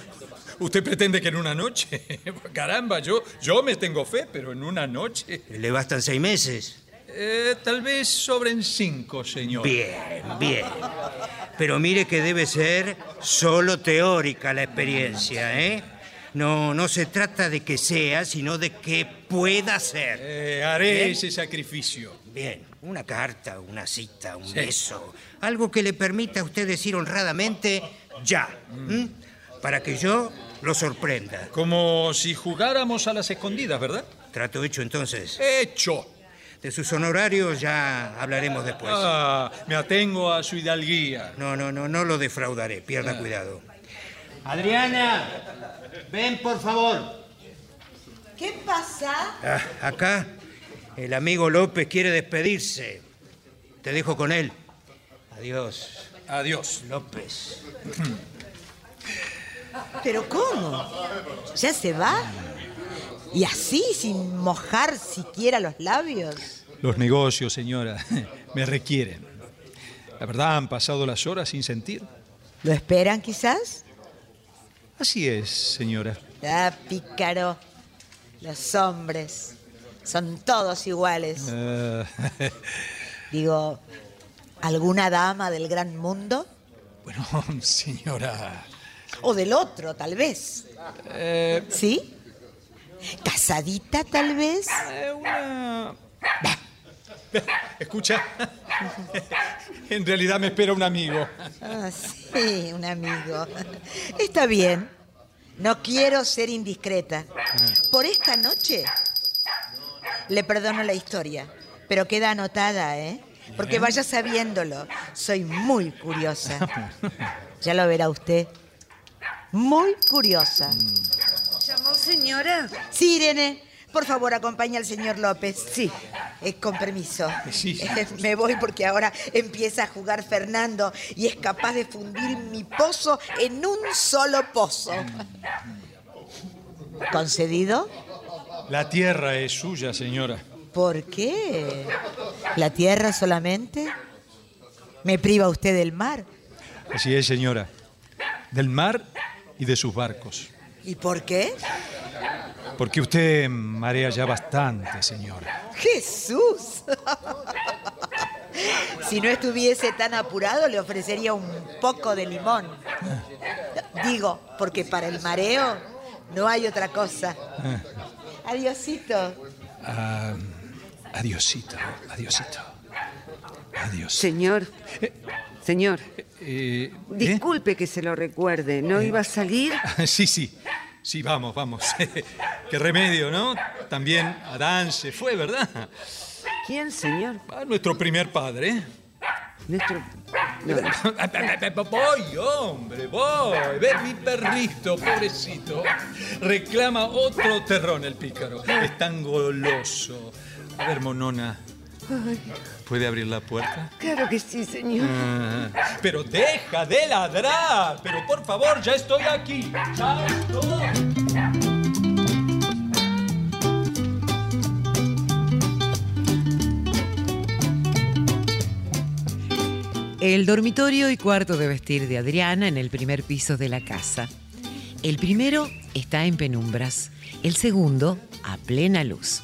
Speaker 7: usted pretende que en una noche. Caramba, yo, yo me tengo fe, pero en una noche.
Speaker 4: Le bastan seis meses.
Speaker 7: Eh, tal vez sobren cinco, señor.
Speaker 4: Bien, bien. Pero mire que debe ser solo teórica la experiencia, ¿eh? No, no se trata de que sea, sino de que pueda ser.
Speaker 7: Eh, haré
Speaker 4: Bien.
Speaker 7: ese sacrificio.
Speaker 4: Bien, una carta, una cita, un beso, algo que le permita a usted decir honradamente ya,
Speaker 7: Mm.
Speaker 4: ¿m? para que yo lo sorprenda.
Speaker 7: Como si jugáramos a las escondidas, ¿verdad?
Speaker 4: Trato hecho entonces.
Speaker 7: Hecho.
Speaker 4: De sus honorarios ya hablaremos después.
Speaker 7: Ah, me atengo a su hidalguía. Ah.
Speaker 4: No, no, no, no lo defraudaré, pierda cuidado. Adriana, ven por favor.
Speaker 1: ¿Qué pasa?
Speaker 4: Ah, acá el amigo López quiere despedirse. Te dejo con él. Adiós.
Speaker 7: Adiós.
Speaker 4: López.
Speaker 1: ¿Pero cómo? ¿Ya se va? ¿Y así, sin mojar siquiera los labios?
Speaker 7: Los negocios, señora, me requieren. La verdad, han pasado las horas sin sentir.
Speaker 1: ¿Lo esperan quizás?
Speaker 7: Así es, señora.
Speaker 1: Ah, pícaro. Los hombres son todos iguales.
Speaker 7: Ah,
Speaker 1: Digo, ¿alguna dama del gran mundo?
Speaker 7: bueno, señora.
Speaker 1: O del otro, tal vez. ¿Sí? ¿Casadita, tal vez?
Speaker 7: Escucha, en realidad me espera un amigo.
Speaker 1: Ah, sí, un amigo. Está bien. No quiero ser indiscreta. Por esta noche le perdono la historia, pero queda anotada, ¿eh? Porque
Speaker 7: Bien.
Speaker 1: vaya sabiéndolo. Soy muy curiosa. Ya lo verá usted. Muy curiosa.
Speaker 9: ¿Llamó señora?
Speaker 1: Sí, Irene. Por favor, acompaña al señor López. Sí, eh, con permiso.
Speaker 7: Sí, sí.
Speaker 1: Eh, Me voy porque ahora empieza a jugar Fernando y es capaz de fundir mi pozo en un solo pozo. ¿Concedido?
Speaker 7: La tierra es suya, señora.
Speaker 1: ¿Por qué? ¿La tierra solamente? ¿Me priva usted del mar?
Speaker 7: Así es, señora. Del mar y de sus barcos.
Speaker 1: ¿Y por qué?
Speaker 7: Porque usted marea ya bastante, señora.
Speaker 1: Jesús. Si no estuviese tan apurado, le ofrecería un poco de limón. Digo, porque para el mareo no hay otra cosa.
Speaker 7: Ah,
Speaker 1: Adiosito.
Speaker 7: ah, adiosito, adiosito. Adiós.
Speaker 9: Señor. Señor.
Speaker 7: Eh, Ah. ¿eh?
Speaker 9: Disculpe que se lo recuerde, ¿no iba a salir?
Speaker 7: Sí, sí. Sí, vamos, vamos. Qué remedio, ¿no? También Adán se fue, ¿verdad?
Speaker 9: ¿Quién, señor?
Speaker 7: Ah, nuestro primer padre.
Speaker 9: Nuestro...
Speaker 7: Voy, hombre, voy. Ve mi perrito, pobrecito. Reclama otro terrón el pícaro. Es tan goloso. A ver, monona,
Speaker 9: Ay,
Speaker 7: ¿puede abrir la puerta?
Speaker 9: claro que sí, señor.
Speaker 7: Ah, pero deja de ladrar. Pero por favor, ya estoy aquí. Ya estoy.
Speaker 2: El dormitorio y cuarto de vestir de Adriana en el primer piso de la casa. El primero está en penumbras, el segundo a plena luz.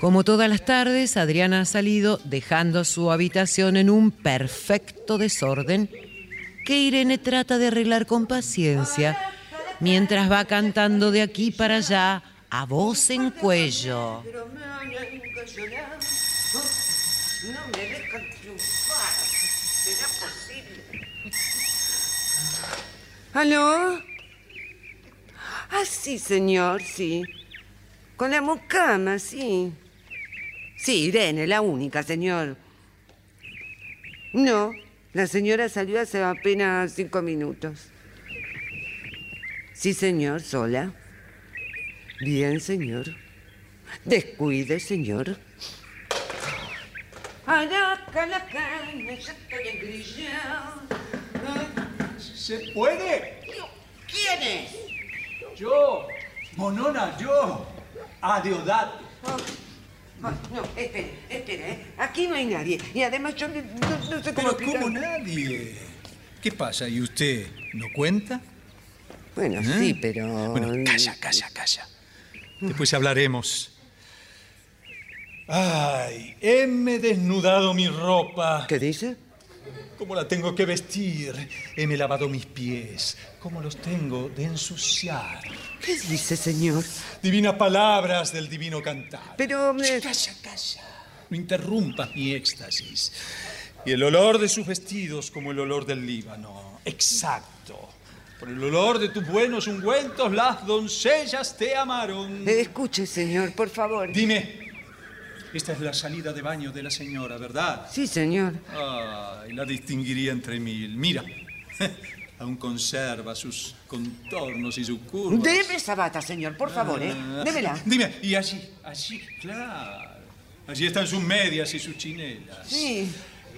Speaker 2: Como todas las tardes, Adriana ha salido dejando su habitación en un perfecto desorden que Irene trata de arreglar con paciencia mientras va cantando de aquí para allá a voz en cuello.
Speaker 9: No me dejan triunfar. ¿Será posible? ¿Aló? Ah, sí, señor, sí. Con la mucama, sí. Sí, Irene, la única, señor. No, la señora salió hace apenas cinco minutos. Sí, señor, sola. Bien, señor. Descuide, señor.
Speaker 6: Alaca la carne, ya estoy engrillado.
Speaker 7: ¿Se puede?
Speaker 6: ¿Quién es?
Speaker 7: Yo, monona, yo. Adiodate.
Speaker 9: Ah, No, espere, espere, ¿eh? Aquí no hay nadie. Y además yo no, no- no sé cómo...
Speaker 7: Pero ¿cómo nadie? ¿Qué pasa? ¿Y usted no cuenta?
Speaker 9: Bueno,
Speaker 7: ¿Eh?
Speaker 9: sí, pero...
Speaker 7: Bueno, calla, calla, calla. Después hablaremos. Ay, heme desnudado mi ropa.
Speaker 9: ¿Qué dice?
Speaker 7: ¿Cómo la tengo que vestir? Heme lavado mis pies. ¿Cómo los tengo de ensuciar?
Speaker 9: ¿Qué dice, señor?
Speaker 7: Divinas palabras del divino cantar.
Speaker 9: Pero... eh,
Speaker 7: Calla, calla. No interrumpas mi éxtasis. Y el olor de sus vestidos como el olor del Líbano. Exacto. Por el olor de tus buenos ungüentos, las doncellas te amaron.
Speaker 9: eh, escuche, señor, por favor.
Speaker 7: Dime, esta es la salida de baño de la señora, ¿verdad?
Speaker 9: Sí, señor.
Speaker 7: Ay, la distinguiría entre mil. Mira, aún conserva sus contornos y su curva.
Speaker 9: Deme esa bata, señor, por favor, ¿eh? Démela.
Speaker 7: Ah, Dime, y allí, allí, claro. Allí están sus medias y sus chinelas.
Speaker 9: Sí.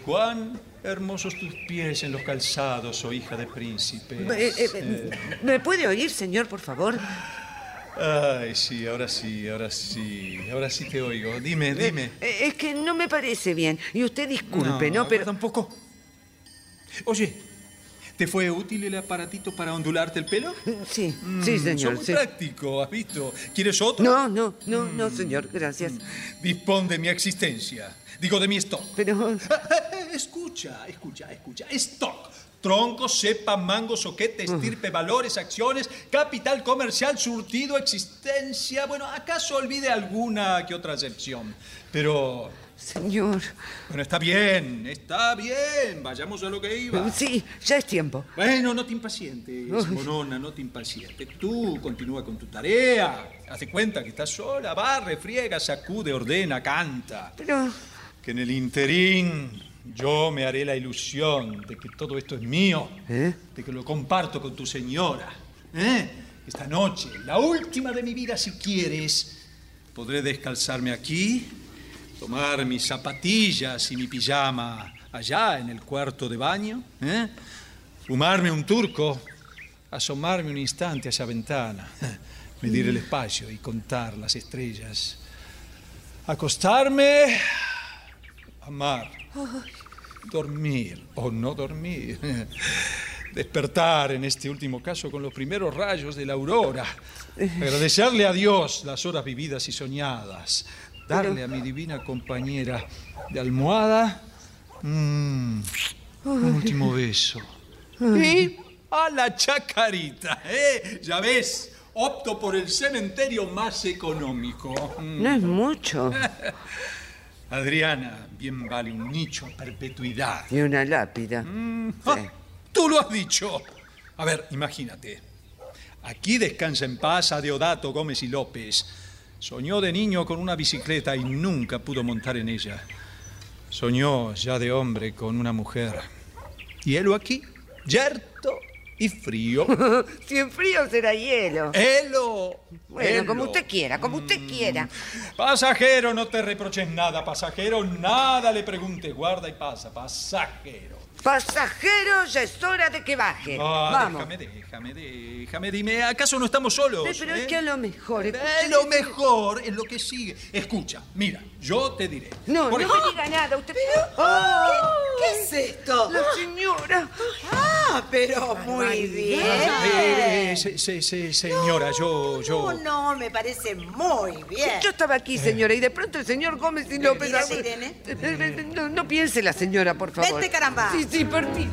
Speaker 7: Cuán hermosos tus pies en los calzados, oh hija de príncipe.
Speaker 9: Eh, eh, eh, ¿Me puede oír, señor, por favor?
Speaker 7: Eh, Ay, sí, ahora sí, ahora sí, ahora sí te oigo. Dime, dime.
Speaker 9: Eh, es que no me parece bien. Y usted disculpe, ¿no?
Speaker 7: No,
Speaker 9: Pero...
Speaker 7: tampoco. Oye, ¿te fue útil el aparatito para ondularte el pelo?
Speaker 9: Sí, sí,
Speaker 7: Mm,
Speaker 9: señor,
Speaker 7: sos muy
Speaker 9: sí.
Speaker 7: práctico, ¿has visto? ¿Quieres otro? Mm.
Speaker 9: No, no, no, no, señor, gracias.
Speaker 7: Dispón de mi existencia. Digo, de mi stock.
Speaker 9: Pero...
Speaker 7: Escucha, escucha, escucha. Stock. Tronco, cepa, mango, soquete, estirpe, valores, acciones, capital comercial, surtido, existencia. Bueno, acaso olvide alguna que otra excepción. Pero,
Speaker 9: Señor,
Speaker 7: bueno, está bien, está bien. Vayamos a lo que iba.
Speaker 9: sí, ya es tiempo.
Speaker 7: Bueno, no te impacientes,
Speaker 9: Uy.
Speaker 7: monona, no te impacientes. Tú continúa con tu tarea. Hazte cuenta que estás sola. Barre, friega, sacude, ordena, canta.
Speaker 9: Pero...
Speaker 7: Que en el interín yo me haré la ilusión de que todo esto es mío.
Speaker 9: ¿Eh?
Speaker 7: De que lo comparto con tu señora. ¿eh? Esta noche, la última de mi vida si quieres, podré descalzarme aquí, tomar mis zapatillas y mi pijama allá en el cuarto de baño, ¿eh? fumarme un turco, asomarme un instante a esa ventana, medir el espacio y contar las estrellas, acostarme, amar, dormir o no dormir, despertar en este último caso con los primeros rayos de la aurora, agradecerle a Dios las horas vividas y soñadas, darle a mi divina compañera de almohada mm, un último beso y a la chacarita, ¿eh? Ya ves, opto por el cementerio más económico. Mm.
Speaker 9: No es mucho.
Speaker 7: Adriana, bien vale un nicho a perpetuidad.
Speaker 9: Y una lápida.
Speaker 7: Ah, Tú lo has dicho. A ver, imagínate. Aquí descansa en paz a Deodato Gómez y López. Soñó de niño con una bicicleta y nunca pudo montar en ella. Soñó ya de hombre con una mujer. Y helo aquí, yerto y frío.
Speaker 9: Si en frío será hielo.
Speaker 7: Helo.
Speaker 9: Bueno,
Speaker 7: helo.
Speaker 9: como usted quiera, como
Speaker 7: Mm.
Speaker 9: usted quiera.
Speaker 7: Pasajero, no te reproches nada, pasajero, nada le preguntes, guarda y pasa, pasajero.
Speaker 9: Pasajero, ya es hora de que baje.
Speaker 7: Ah,
Speaker 9: Eh, Vamos.
Speaker 7: Déjame, déjame, déjame, dime, ¿acaso no estamos solos?
Speaker 9: Eh, Pero
Speaker 7: eh?
Speaker 9: es que a lo mejor.
Speaker 7: Eh, lo mejor es lo que sigue. Escucha, mira, yo te diré.
Speaker 9: No, no
Speaker 7: Por
Speaker 9: me
Speaker 7: ejemplo-
Speaker 9: diga nada. Usted. Ah,
Speaker 1: ¿Qué, qué es esto?
Speaker 9: La señora.
Speaker 1: Ah, pero muy
Speaker 7: Eh, eh, eh,
Speaker 1: bien.
Speaker 7: se- se- se- señora, yo, yo.
Speaker 1: No, no, me parece muy bien.
Speaker 9: Yo estaba
Speaker 7: Eh.
Speaker 9: aquí, señora, y de pronto el señor Gómez y López.
Speaker 1: Dígame, Irene.
Speaker 9: Eh, No, no piense la señora, por favor.
Speaker 1: Vete, caramba.
Speaker 9: Sí, sí, permiso.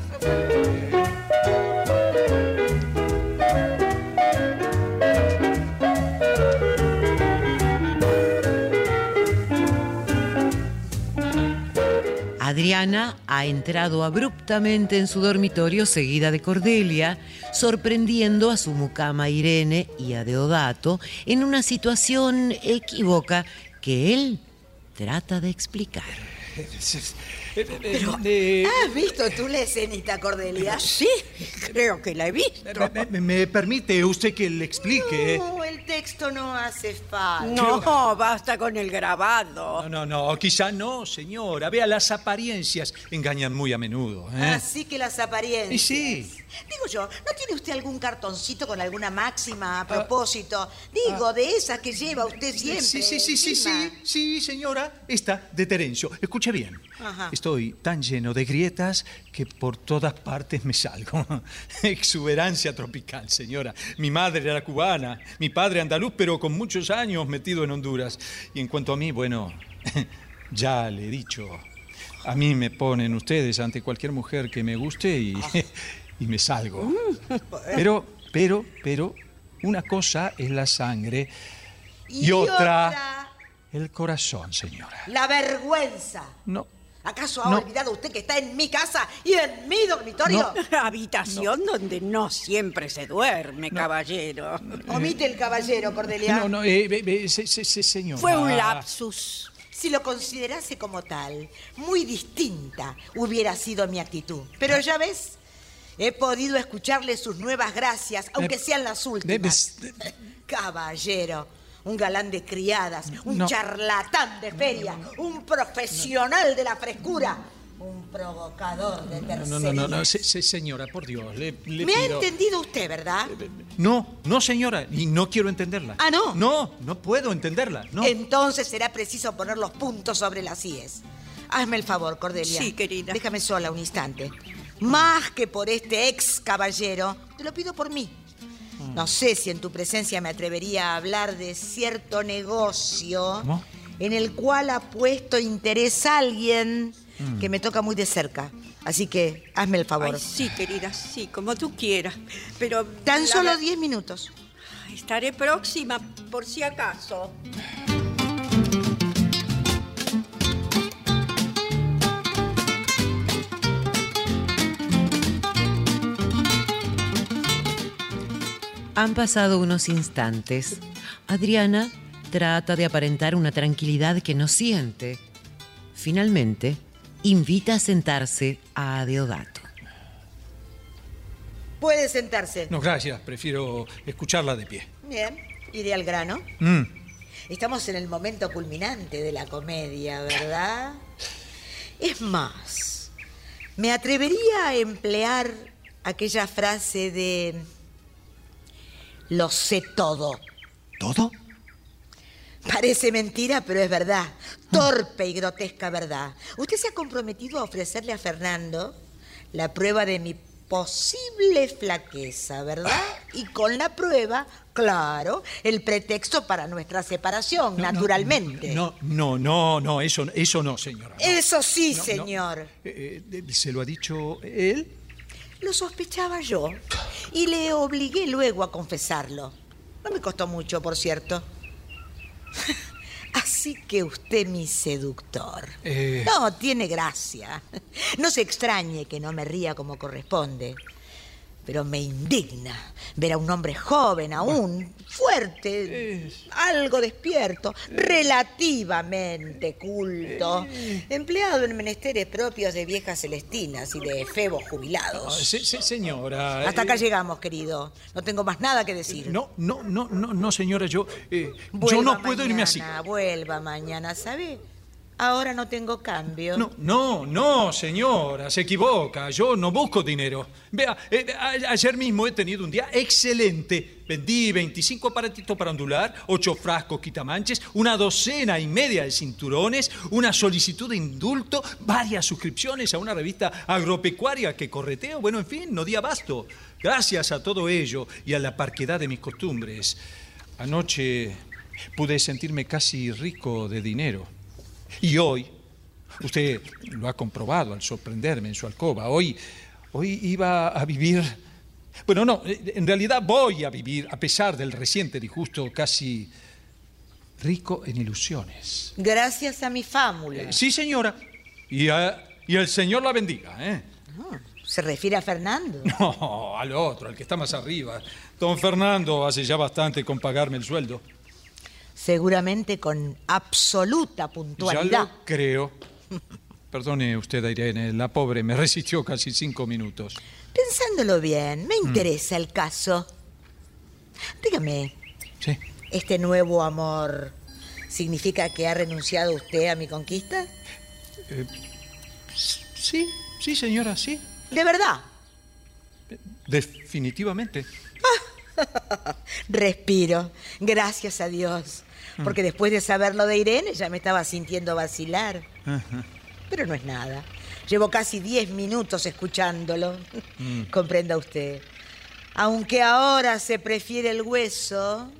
Speaker 2: Adriana ha entrado abruptamente en su dormitorio seguida de Cordelia, sorprendiendo a su mucama Irene y a Deodato en una situación equívoca que él trata de explicar.
Speaker 7: Pero, eh,
Speaker 1: ¿Has visto tú la escenita, Cordelia?
Speaker 6: Sí, creo que la he visto.
Speaker 7: me, me- me permite usted que le explique? ¿eh?
Speaker 1: No, Uh, el texto no hace falta.
Speaker 6: No, basta con el grabado.
Speaker 7: No, no, no, quizá no, señora. Vea, las apariencias engañan muy a menudo. ¿eh?
Speaker 1: Así que las apariencias.
Speaker 7: Y sí.
Speaker 1: Digo yo, ¿no tiene usted algún cartoncito con alguna máxima a propósito? Digo, de esas que lleva usted
Speaker 7: Ah.
Speaker 1: siempre.
Speaker 7: Sí, sí, sí, sí, sí, sí, señora. Esta de Terencio. Escuche bien.
Speaker 1: Ajá.
Speaker 7: Estoy tan lleno de grietas que por todas partes me salgo. Exuberancia tropical, señora. Mi madre era cubana, mi padre andaluz, pero con muchos años metido en Honduras. Y en cuanto a mí, bueno, ya le he dicho, a mí me ponen ustedes ante cualquier mujer que me guste y, y me salgo.
Speaker 1: Mm.
Speaker 7: Pero, pero, pero, una cosa es la sangre y,
Speaker 1: Y
Speaker 7: otra,
Speaker 1: otra.
Speaker 7: el corazón, señora.
Speaker 1: La vergüenza.
Speaker 7: No,
Speaker 1: ¿Acaso ha
Speaker 7: No.
Speaker 1: olvidado usted que está en mi casa y en mi dormitorio?
Speaker 6: Habitación donde no siempre se duerme, caballero.
Speaker 1: Omite el caballero, Cordelia.
Speaker 7: no, Ah. no, eh, eh, eh, se- se- se- señora.
Speaker 1: Fue un lapsus. Si lo considerase como tal, muy distinta hubiera sido mi actitud. Pero ya ves, he podido escucharle sus nuevas gracias, aunque
Speaker 7: Eh,
Speaker 1: sean las últimas. Caballero, un galán de criadas, un
Speaker 7: No.
Speaker 1: charlatán de feria, un profesional de la frescura, un provocador de terceros.
Speaker 7: No, no, no, no, se- se- señora, por Dios, le, le Eh,
Speaker 1: Me ha
Speaker 7: pido.
Speaker 1: entendido usted, ¿verdad?
Speaker 7: No, no, señora, y no quiero entenderla.
Speaker 1: Ah, ¿no?
Speaker 7: No, no puedo entenderla. eh, No.
Speaker 1: Entonces será preciso poner los puntos sobre las IES. Hazme el favor, Cordelia.
Speaker 6: Sí,
Speaker 1: querida. Déjame sola un instante. Más que por este ex caballero, te lo pido por mí.
Speaker 7: Mm.
Speaker 1: No sé si en tu presencia me atrevería a hablar de cierto negocio
Speaker 13: ¿Cómo?
Speaker 1: en el cual ha puesto interés alguien
Speaker 13: Mm.
Speaker 1: que me toca muy de cerca. Así que hazme el favor.
Speaker 6: Ay, sí, querida, sí, como tú quieras. Pero.
Speaker 1: Tan
Speaker 6: la
Speaker 1: solo
Speaker 6: ver-
Speaker 1: 10 minutos.
Speaker 6: Estaré próxima, por si acaso.
Speaker 2: Han pasado unos instantes. Adriana trata de aparentar una tranquilidad que no siente. Finalmente, invita a sentarse a Deodato.
Speaker 1: Puede sentarse.
Speaker 7: No, gracias, prefiero escucharla de pie.
Speaker 1: Bien, iré al grano.
Speaker 7: Mm.
Speaker 1: Estamos en el momento culminante de la comedia, ¿verdad? Es más, me atrevería a emplear aquella frase de lo sé todo.
Speaker 14: ¿Todo?
Speaker 1: Parece mentira, pero es verdad. Torpe y grotesca verdad. Usted se ha comprometido a ofrecerle a Fernando la prueba de mi posible flaqueza, ¿verdad? Y con la prueba, claro, el pretexto para nuestra separación, naturalmente.
Speaker 7: No, no, no, no, eso, eso no, señora.
Speaker 1: Eso sí,
Speaker 7: No, no.
Speaker 1: señor.
Speaker 7: Eh, eh, ¿Se lo ha dicho eh, él?
Speaker 1: Lo sospechaba yo y le obligué luego a confesarlo. No me costó mucho, por cierto. Así que usted, mi seductor.
Speaker 7: Eh,
Speaker 1: No, tiene gracia. No se extrañe que no me ría como corresponde. Pero me indigna ver a un hombre joven aún, fuerte, algo despierto, relativamente culto, empleado en menesteres propios de viejas celestinas y de efebos
Speaker 7: ah,
Speaker 1: jubilados.
Speaker 7: se- se- señora.
Speaker 1: Hasta
Speaker 7: eh,
Speaker 1: acá llegamos, querido. No tengo más nada que decir.
Speaker 7: No, no, no, no, no, señora, yo, eh, yo
Speaker 1: Vuelva
Speaker 7: no puedo irme así.
Speaker 1: mañana, Vuelva mañana, ¿sabe? Ahora no tengo cambio.
Speaker 7: No, no, no, señora, se equivoca. Yo no busco dinero. Vea, eh, a- ayer mismo he tenido un día excelente. Vendí 25 aparatitos para ondular, 8 frascos quitamanches, una docena y media de cinturones, una solicitud de indulto, varias suscripciones a una revista agropecuaria que correteo. Bueno, en fin, no di abasto. Gracias a todo ello y a la parquedad de mis costumbres. Anoche pude sentirme casi rico de dinero. Y hoy, usted lo ha comprobado al sorprenderme en su alcoba, hoy, hoy iba a vivir... Bueno, no, eh, en realidad voy a vivir, a pesar del reciente disgusto, casi rico en ilusiones.
Speaker 1: Gracias a mi fámula.
Speaker 7: Eh, sí, señora. Y, a- y el Señor la bendiga, ¿eh?
Speaker 1: ¿Se refiere a Fernando?
Speaker 7: No, al otro, al que está más arriba. Don Fernando hace ya bastante con pagarme el sueldo.
Speaker 1: Seguramente con absoluta
Speaker 7: Ya
Speaker 1: puntualidad.
Speaker 7: lo creo. Perdone usted a Irene, la pobre me resistió casi cinco minutos. Mm.
Speaker 1: Pensándolo bien, me interesa el caso. Dígame,
Speaker 7: Sí.
Speaker 1: este nuevo amor significa que ha renunciado usted a mi conquista?
Speaker 7: Eh, sí, sí, señora, sí.
Speaker 1: ¿De verdad?
Speaker 7: Definitivamente.
Speaker 1: Respiro, gracias a Dios.
Speaker 7: Mm.
Speaker 1: Porque después de saberlo de Irene ya me estaba sintiendo vacilar.
Speaker 7: Ajá.
Speaker 1: Pero no es nada. Llevo casi 10 minutos escuchándolo.
Speaker 7: Mm.
Speaker 1: Comprenda usted. Aunque ahora se prefiere el hueso,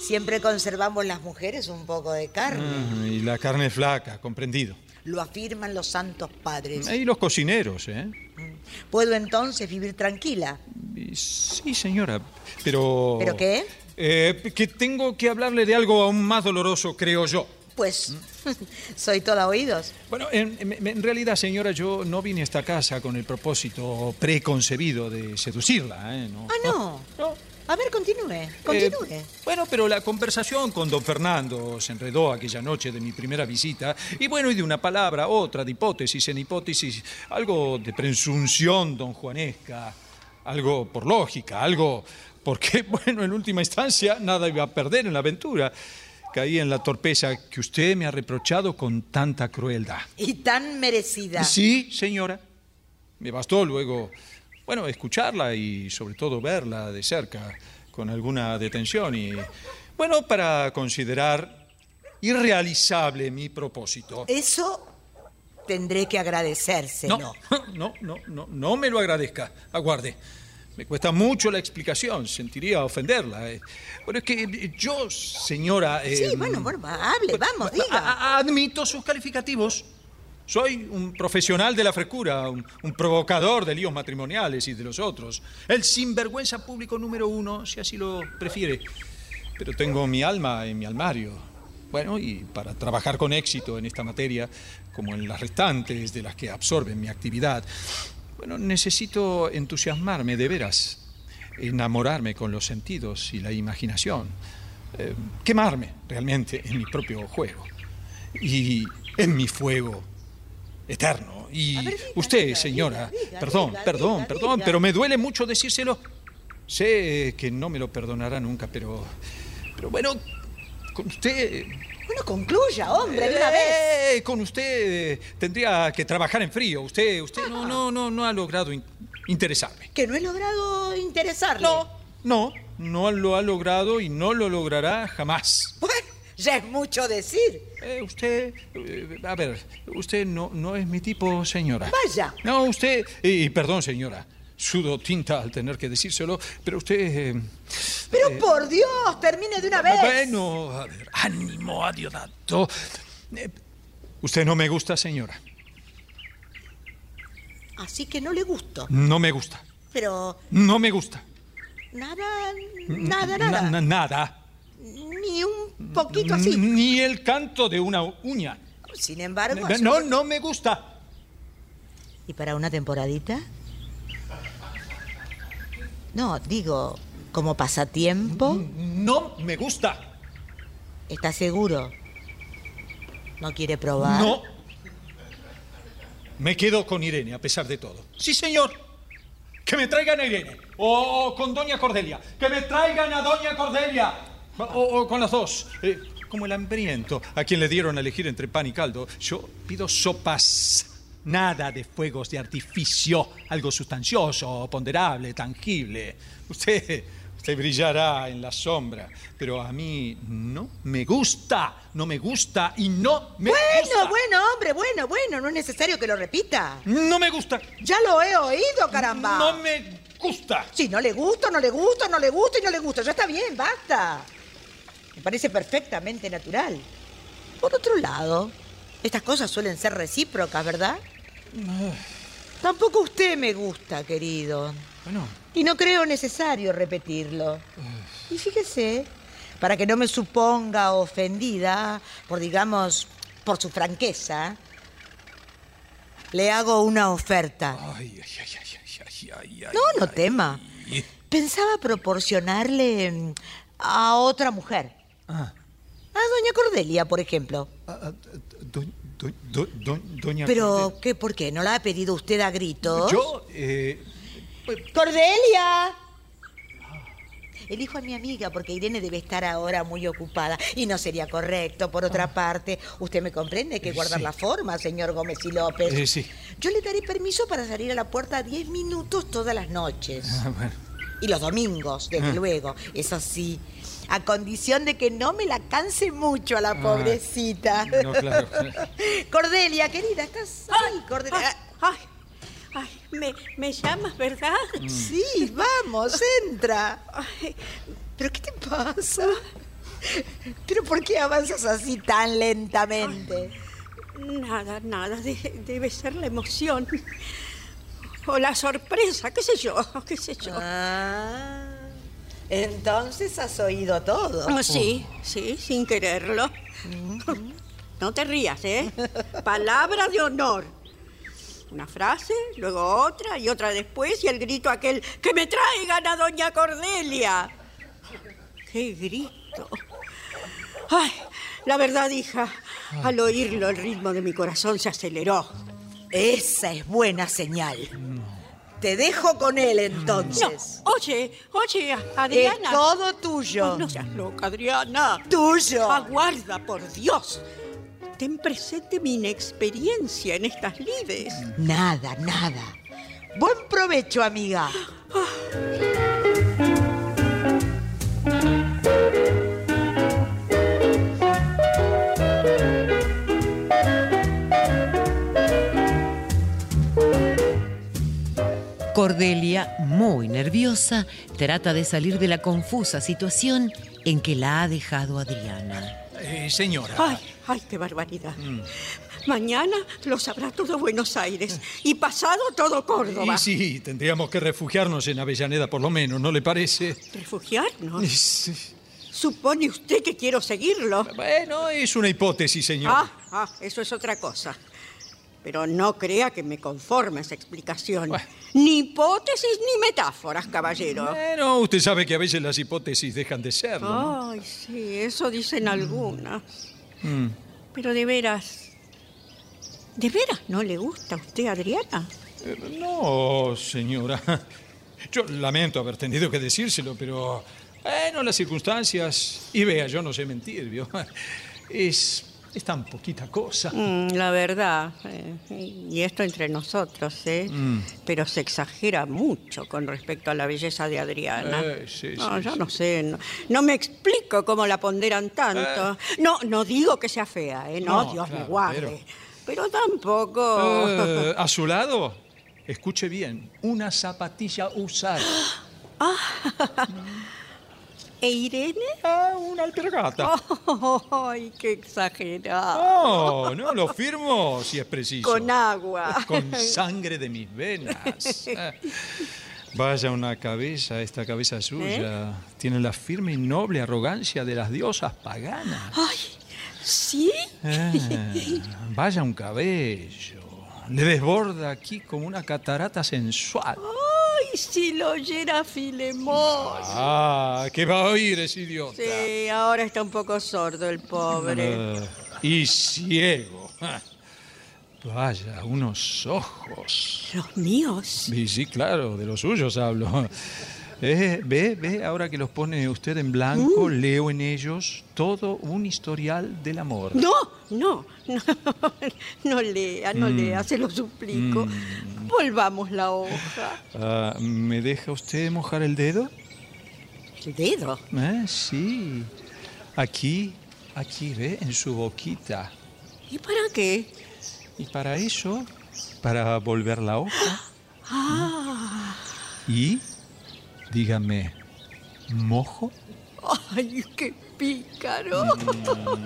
Speaker 1: siempre conservamos las mujeres un poco de carne.
Speaker 7: Ah, y la carne flaca, comprendido.
Speaker 1: Lo afirman los santos padres.
Speaker 7: Y los cocineros, ¿eh?
Speaker 1: ¿Puedo entonces vivir tranquila?
Speaker 7: Y Sí, señora, pero...
Speaker 1: ¿Pero qué?
Speaker 7: Eh, que tengo que hablarle de algo aún más doloroso, creo yo.
Speaker 1: Pues soy toda oídos.
Speaker 7: Bueno, en, en- en realidad, señora, yo no vine a esta casa con el propósito preconcebido de seducirla, ¿eh? No. Eh.
Speaker 1: Ah, no. A ver, continúe. Continúe.
Speaker 7: Bueno, pero la conversación con don Fernando se enredó aquella noche de mi primera visita. Y bueno, y de una palabra, a otra, de hipótesis en hipótesis, algo de presunción don Juanesca, algo por lógica, algo porque, bueno, en última instancia nada iba a perder en la aventura. Caí en la torpeza que usted me ha reprochado con tanta crueldad.
Speaker 1: Y tan merecida.
Speaker 7: Sí, señora. Me bastó luego, bueno, escucharla y sobre todo verla de cerca, con alguna detención y, bueno, para considerar irrealizable mi propósito.
Speaker 1: Eso tendré que agradecérselo.
Speaker 7: No, no, no, no, no me lo agradezca. Aguarde. Me cuesta mucho la explicación, sentiría ofenderla. eh. Bueno, es que eh, yo, señora...
Speaker 1: Sí,
Speaker 7: em,
Speaker 1: bueno, bueno, hable, vamos, diga.
Speaker 7: A- a- Admito sus calificativos. Soy un profesional de la frescura, un, un provocador de líos matrimoniales y de los otros. El sinvergüenza público número uno, si así lo prefiere. Pero tengo mi alma en mi armario. Bueno, y para trabajar con éxito en esta materia, como en las restantes de las que absorben mi actividad, bueno, necesito entusiasmarme de veras, enamorarme con los sentidos y la imaginación eh, quemarme realmente en mi propio juego y en mi fuego eterno. Y usted, señora, perdón, perdón, perdón, pero me duele mucho decírselo. Sé que no me lo perdonará nunca, pero, pero bueno, con usted,
Speaker 1: Bueno, concluya, hombre, de una vez.
Speaker 7: eh, con usted eh, tendría que trabajar en frío. Usted, usted
Speaker 1: Ah.
Speaker 7: no, no, no, no ha logrado in- interesarme.
Speaker 1: Que no he logrado interesarle.
Speaker 7: No, no lo ha logrado y no lo logrará jamás.
Speaker 1: Bueno, ya es mucho decir.
Speaker 7: usted. Eh, A ver, usted no, no es mi tipo, señora.
Speaker 1: Vaya.
Speaker 7: No, usted. Y perdón, señora. Sudo tinta al tener que decírselo, pero usted. eh,
Speaker 1: Pero
Speaker 7: eh,
Speaker 1: por Dios, termine de una vez.
Speaker 7: Bueno, a ver, ánimo, adiodato. Eh, usted no me gusta, señora.
Speaker 1: Así que no le gusto.
Speaker 7: No me gusta.
Speaker 1: Pero
Speaker 7: No me gusta.
Speaker 1: nada, nada, nada.
Speaker 7: Mm, Na- na- nada.
Speaker 1: Ni un poquito así.
Speaker 7: Ni el canto de una uña.
Speaker 1: Sin embargo.
Speaker 7: No,
Speaker 1: ayer-
Speaker 7: no me gusta.
Speaker 1: ¿Y para una temporadita? No, digo, como pasatiempo.
Speaker 7: Mm, No me gusta.
Speaker 1: ¿Está seguro? ¿No quiere probar?
Speaker 7: No. Me quedo con Irene, a pesar de todo. Sí, señor. Que me traigan a Irene. O, o Oh, con Doña Cordelia. Que me traigan a Doña Cordelia. O, o con las dos. Eh, como el hambriento, a quien le dieron a elegir entre pan y caldo. Yo pido sopas. Nada de fuegos de artificio. Algo sustancioso, ponderable, tangible. Usted, usted brillará en la sombra. Pero a mí no me gusta. No me gusta y no me gusta.
Speaker 1: Bueno, bueno, hombre, bueno, bueno, no es necesario que lo repita.
Speaker 7: No me gusta.
Speaker 1: Ya lo he oído, caramba.
Speaker 7: No me gusta.
Speaker 1: Sí, no le gusta, no le gusta, no le gusta y no le gusta. Ya está bien, basta. Me parece perfectamente natural. Por otro lado, estas cosas suelen ser recíprocas, ¿verdad? Tampoco usted me gusta, querido.
Speaker 7: Bueno,
Speaker 1: Y no creo necesario repetirlo. Y fíjese, para que no me suponga ofendida por, digamos, por su franqueza, le hago una oferta.
Speaker 7: Ay, ay, ay, ay, ay, ay, ay,
Speaker 1: No, no tema.
Speaker 7: ay.
Speaker 1: Pensaba proporcionarle mm, a otra mujer.
Speaker 7: Ah.
Speaker 1: A doña Cordelia, por ejemplo.
Speaker 7: Do- do- do- do- doña
Speaker 1: Pero,
Speaker 7: Cordelia.
Speaker 1: ¿qué por qué? ¿No la ha pedido usted a gritos?
Speaker 7: Yo, eh,
Speaker 1: ¡Cordelia! Ah. Elijo a mi amiga porque Irene debe estar ahora muy ocupada y no sería correcto. Por otra parte, usted me comprende que guardar
Speaker 7: Ah. Eh, Sí.
Speaker 1: la forma, señor Gómez y López.
Speaker 7: Eh, sí.
Speaker 1: Yo le daré permiso para salir a la puerta 10 minutos todas las noches. Y los domingos, desde
Speaker 7: Ah.
Speaker 1: luego, eso sí. A condición de que no me la canse mucho a la
Speaker 7: Ah.
Speaker 1: pobrecita.
Speaker 7: No, claro, claro.
Speaker 1: Cordelia, querida, estás ahí, Cordelia.
Speaker 6: Ay, ay, me, me llamas, ¿verdad?
Speaker 1: Sí, vamos, entra. ¿Pero qué te pasa? ¿Pero por qué avanzas así tan lentamente?
Speaker 6: Nada, nada, de- debe ser la emoción. O la sorpresa, qué sé yo, qué sé yo.
Speaker 1: Ah, Entonces has oído todo.
Speaker 6: Ah, sí, sí, sin quererlo. No te rías, ¿eh? Palabra de honor. Una frase, luego otra y otra después y el grito aquel, ¡que me traigan a doña Cordelia! ¡Qué grito! Ay, la verdad, hija, al oírlo el ritmo de mi corazón se aceleró.
Speaker 1: Esa es buena señal. Te dejo con él entonces.
Speaker 6: No, oye, oye, Adriana.
Speaker 1: Es todo tuyo.
Speaker 6: Ay, no seas loca, Adriana.
Speaker 1: Tuyo.
Speaker 6: Aguarda, por Dios. Ten presente mi inexperiencia en estas lides.
Speaker 1: Nada, nada. Buen provecho, amiga.
Speaker 2: Cordelia, muy nerviosa, trata de salir de la confusa situación en que la ha dejado Adriana.
Speaker 7: Eh, señora. Mm.
Speaker 6: Ay, ay, qué barbaridad. Mañana lo sabrá todo Buenos Aires y pasado todo Córdoba.
Speaker 7: Y sí, tendríamos que refugiarnos en Avellaneda por lo menos, ¿no le parece?
Speaker 6: ¿Refugiarnos?
Speaker 7: Sí.
Speaker 6: ¿Supone usted que quiero seguirlo?
Speaker 7: Bueno, es una hipótesis, señor.
Speaker 6: Ah, ah, eso es otra cosa. Pero no crea que me conforme esa explicación. Ni hipótesis ni metáforas, caballero.
Speaker 7: Bueno, usted sabe que a veces las hipótesis dejan de serlo. ¿no?
Speaker 6: Ay, sí, eso dicen algunas.
Speaker 7: Mm.
Speaker 6: Pero de veras. ¿De veras no le gusta a usted, Adriana?
Speaker 7: Eh, No, señora. Yo lamento haber tenido que decírselo, pero. Bueno, las circunstancias. Y vea, yo no sé mentir, ¿vio? Es. es tan poquita cosa.
Speaker 6: Mm, la verdad, eh, y esto entre nosotros, ¿eh?
Speaker 7: Mm.
Speaker 6: Pero se exagera mucho con respecto a la belleza de Adriana.
Speaker 7: Eh, sí,
Speaker 6: no,
Speaker 7: sí,
Speaker 6: yo
Speaker 7: sí.
Speaker 6: no sé, no, no me explico cómo la ponderan tanto. No, no digo que sea fea, ¿eh? No,
Speaker 7: Eh. No,
Speaker 6: Dios me
Speaker 7: claro,
Speaker 6: guarde. Oh. Pero,
Speaker 7: pero-
Speaker 6: tampoco...
Speaker 7: Eh, a su lado, escuche bien, una zapatilla usada.
Speaker 6: Ah. ¿E Irene?
Speaker 7: Ah, una alpergata.
Speaker 6: ¡Ay, qué exagerado!
Speaker 7: Ah, No, no, lo firmo si es preciso.
Speaker 6: Con agua.
Speaker 7: Con sangre de mis venas. Ah, Vaya una cabeza, esta cabeza suya. Tiene la firme y noble arrogancia de las diosas paganas.
Speaker 6: ¡Ay! ¿Sí?
Speaker 7: Eh, vaya un cabello. Le desborda aquí como una catarata sensual.
Speaker 6: ¡Ay, si lo oyera Filemón!
Speaker 7: Ah, ¿qué va a oír ese idiota?
Speaker 6: Sí, ahora está un poco sordo el pobre.
Speaker 7: Ah, y ciego. Ah, Vaya, unos ojos.
Speaker 6: ¿Los míos?
Speaker 7: Y sí, claro, de los suyos hablo. Eh, ve, ve, ahora que los pone usted en blanco,
Speaker 6: Mm.
Speaker 7: leo en ellos todo un historial del amor.
Speaker 6: No, no, no, no lea, no
Speaker 7: Mm.
Speaker 6: lea, se lo suplico. Volvamos la hoja.
Speaker 7: Ah, ¿Me deja usted mojar el dedo?
Speaker 6: ¿El dedo?
Speaker 7: Eh, sí. Aquí, aquí, ve, en su boquita.
Speaker 6: ¿Y para qué?
Speaker 7: Y para eso, para volver la hoja.
Speaker 6: Ah,
Speaker 7: Y, dígame, ¿mojo?
Speaker 6: ay, qué pícaro.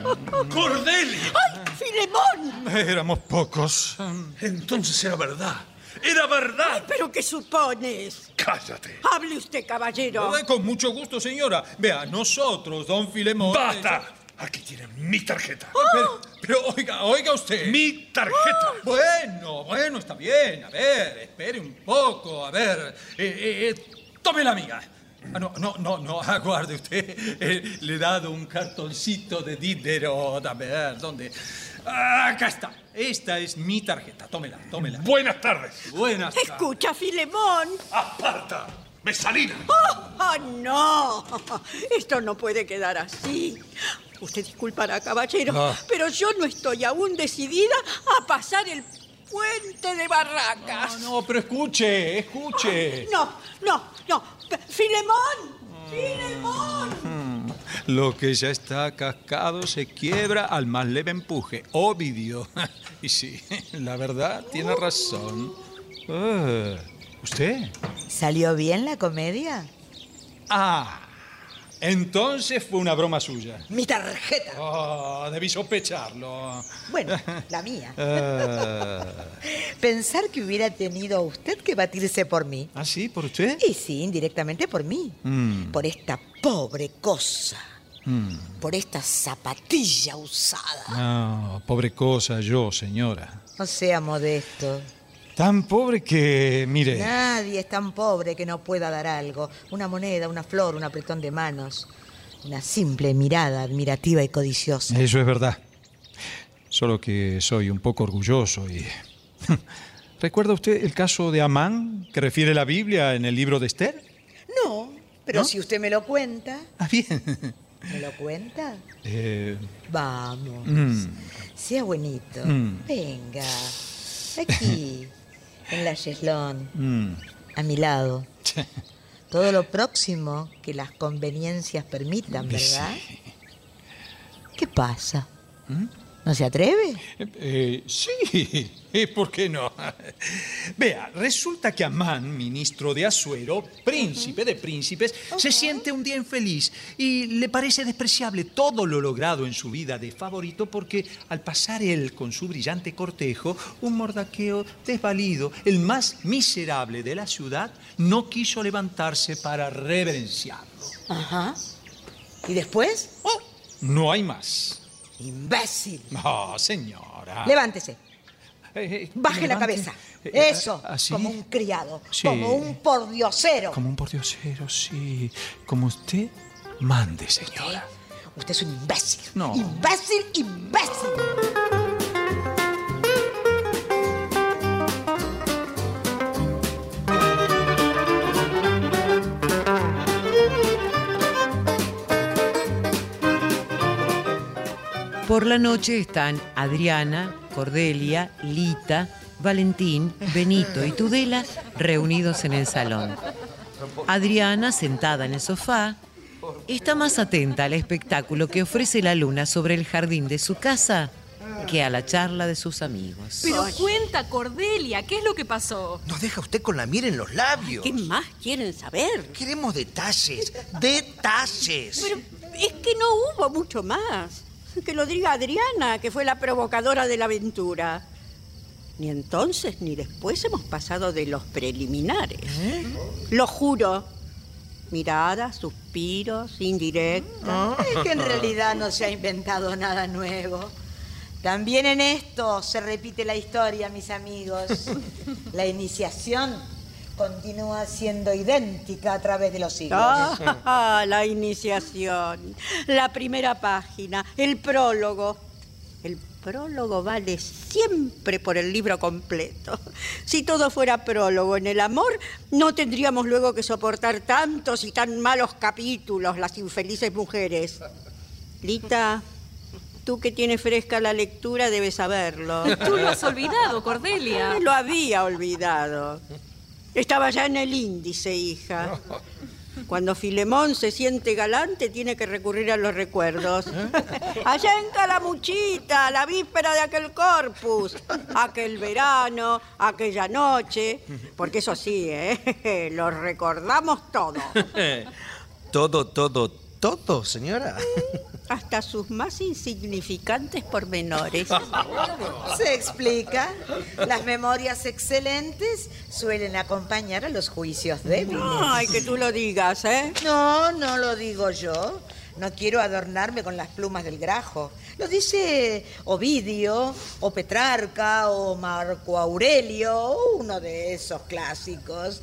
Speaker 15: ¡Cordelia!
Speaker 6: ¡Ay, Filemón!
Speaker 7: Éramos pocos.
Speaker 15: Entonces era verdad. ¡Era verdad!
Speaker 6: ¿Pero qué supones?
Speaker 15: ¡Cállate!
Speaker 6: Hable usted, caballero.
Speaker 7: Eh, Con mucho gusto, señora. Vea, nosotros, don Filemón. eh,
Speaker 15: ¡Basta! Aquí tienen mi tarjeta.
Speaker 7: Pero, pero oiga, oiga usted. Oh.
Speaker 15: ¡Mi tarjeta!
Speaker 7: Bueno, bueno, está bien. A ver, espere un poco. A ver, eh, eh, eh, tome la mía. Ah, no, no, no, no, aguarde usted. Eh, le he dado un cartoncito de Diderot. A ver, ¿dónde? Ah, acá está. Esta es mi tarjeta. Tómela, tómela.
Speaker 15: Buenas tardes.
Speaker 7: Buenas tardes. Ah.
Speaker 6: Escucha, Filemón.
Speaker 15: ¡Aparta! ¡Mesalina!
Speaker 6: ¡Oh, oh, no! Esto no puede quedar así. Usted disculpará, caballero,
Speaker 7: Ah.
Speaker 6: pero yo no estoy aún decidida a pasar el puente de Barracas.
Speaker 7: No, pero escuche, escuche. Mm.
Speaker 6: No, no, no. F- ¡Filemón! ¡Filemón!
Speaker 7: Hmm. Lo que ya está cascado se quiebra al más leve empuje. Ovidio. Y sí, la verdad, tiene razón. Ah, ¿Usted?
Speaker 1: ¿Salió bien la comedia?
Speaker 7: Ah, entonces fue una broma suya.
Speaker 1: Mi tarjeta.
Speaker 7: Oh, debí sospecharlo.
Speaker 1: Bueno, la mía.
Speaker 7: Ah,
Speaker 1: Pensar que hubiera tenido a usted que batirse por mí.
Speaker 7: ¿Ah, sí? ¿Por usted?
Speaker 1: Y sí, indirectamente por mí.
Speaker 7: mm,
Speaker 1: Por esta pobre cosa.
Speaker 7: mm.
Speaker 1: Por esta zapatilla usada.
Speaker 7: No, pobre cosa yo, señora.
Speaker 1: No sea modesto.
Speaker 7: Tan pobre que, mire.
Speaker 1: Nadie es tan pobre que no pueda dar algo. Una moneda, una flor, un apretón de manos. Una simple mirada admirativa y codiciosa.
Speaker 7: Eso es verdad. Solo que soy un poco orgulloso y... ¿Recuerda usted el caso de Amán que refiere la Biblia en el libro de Esther?
Speaker 1: No, pero si usted me lo cuenta.
Speaker 7: Ah, bien.
Speaker 1: ¿Me lo cuenta?
Speaker 7: Eh,
Speaker 1: Vamos.
Speaker 7: mm,
Speaker 1: Sea buenito.
Speaker 7: Mm.
Speaker 1: Venga. Aquí. en la Yeslón.
Speaker 7: mm.
Speaker 1: A mi lado. Todo lo próximo que las conveniencias permitan, ¿verdad? ¿Qué pasa?
Speaker 5: ¿Mm?
Speaker 1: ¿No se atreve?
Speaker 7: Eh, sí, ¿y ¿por qué no? Vea, resulta que Amán, ministro de Asuero, príncipe de príncipes, se siente un día infeliz y le parece despreciable todo lo logrado en su vida de favorito porque al pasar él con su brillante cortejo, un mordaqueo desvalido, el más miserable de la ciudad, no quiso levantarse para reverenciarlo.
Speaker 1: Ajá. ¿Y después? ¡Oh!
Speaker 7: No hay más.
Speaker 1: ¡Imbécil!
Speaker 7: Oh, señora.
Speaker 1: Levántese.
Speaker 7: Eh, eh,
Speaker 1: Baje la
Speaker 7: levante.
Speaker 1: cabeza.
Speaker 7: Eh, eh,
Speaker 1: Eso.
Speaker 7: ¿así?
Speaker 1: Como un criado.
Speaker 7: Sí.
Speaker 1: Como un pordiosero.
Speaker 7: Como un pordiosero, sí. Como usted mande, señora.
Speaker 1: Usted es un imbécil.
Speaker 7: No.
Speaker 1: Imbécil, imbécil.
Speaker 2: Por la noche están Adriana, Cordelia, Lita, Valentín, Benito y Tudela reunidos en el salón. Adriana, sentada en el sofá, está más atenta al espectáculo que ofrece la luna sobre el jardín de su casa que a la charla de sus amigos.
Speaker 11: Pero cuenta, Cordelia, ¿qué es lo que pasó?
Speaker 5: Nos deja usted con la miel en los labios.
Speaker 6: ¿Qué más quieren saber?
Speaker 5: Queremos detalles, detalles.
Speaker 6: Pero es que no hubo mucho más. Que lo diga Adriana, que fue la provocadora de la aventura. Ni entonces ni después hemos pasado de los preliminares.
Speaker 5: ¿Eh?
Speaker 6: Lo juro. Miradas, suspiros,
Speaker 7: Ah.
Speaker 5: Ah.
Speaker 6: indirectas.
Speaker 1: Es que en realidad no se ha inventado nada nuevo. También en esto se repite la historia, mis amigos. La iniciación continúa siendo idéntica a través de los siglos.
Speaker 6: Ah, la iniciación, la primera página, el prólogo. El prólogo vale siempre por el libro completo. Si todo fuera prólogo en el amor, no tendríamos luego que soportar tantos y tan malos capítulos las infelices mujeres. Lita, tú que tienes fresca la lectura debes saberlo.
Speaker 11: Tú lo has olvidado, Cordelia.
Speaker 6: Lo había olvidado. Estaba ya en el índice, hija. Cuando Filemón se siente galante, tiene que recurrir a los recuerdos. Allá en Calamuchita, la víspera de aquel corpus, aquel verano, aquella noche. Porque eso sí, ¿eh? lo recordamos todo.
Speaker 5: Todo, todo, todo, señora.
Speaker 6: Hasta sus más insignificantes pormenores.
Speaker 1: Se explica. Las memorias excelentes suelen acompañar a los juicios débiles.
Speaker 6: Ay, que tú lo digas, ¿eh?
Speaker 1: No, no lo digo yo. No quiero adornarme con las plumas del grajo. Lo dice Ovidio, o Petrarca, o Marco Aurelio, o uno de esos clásicos.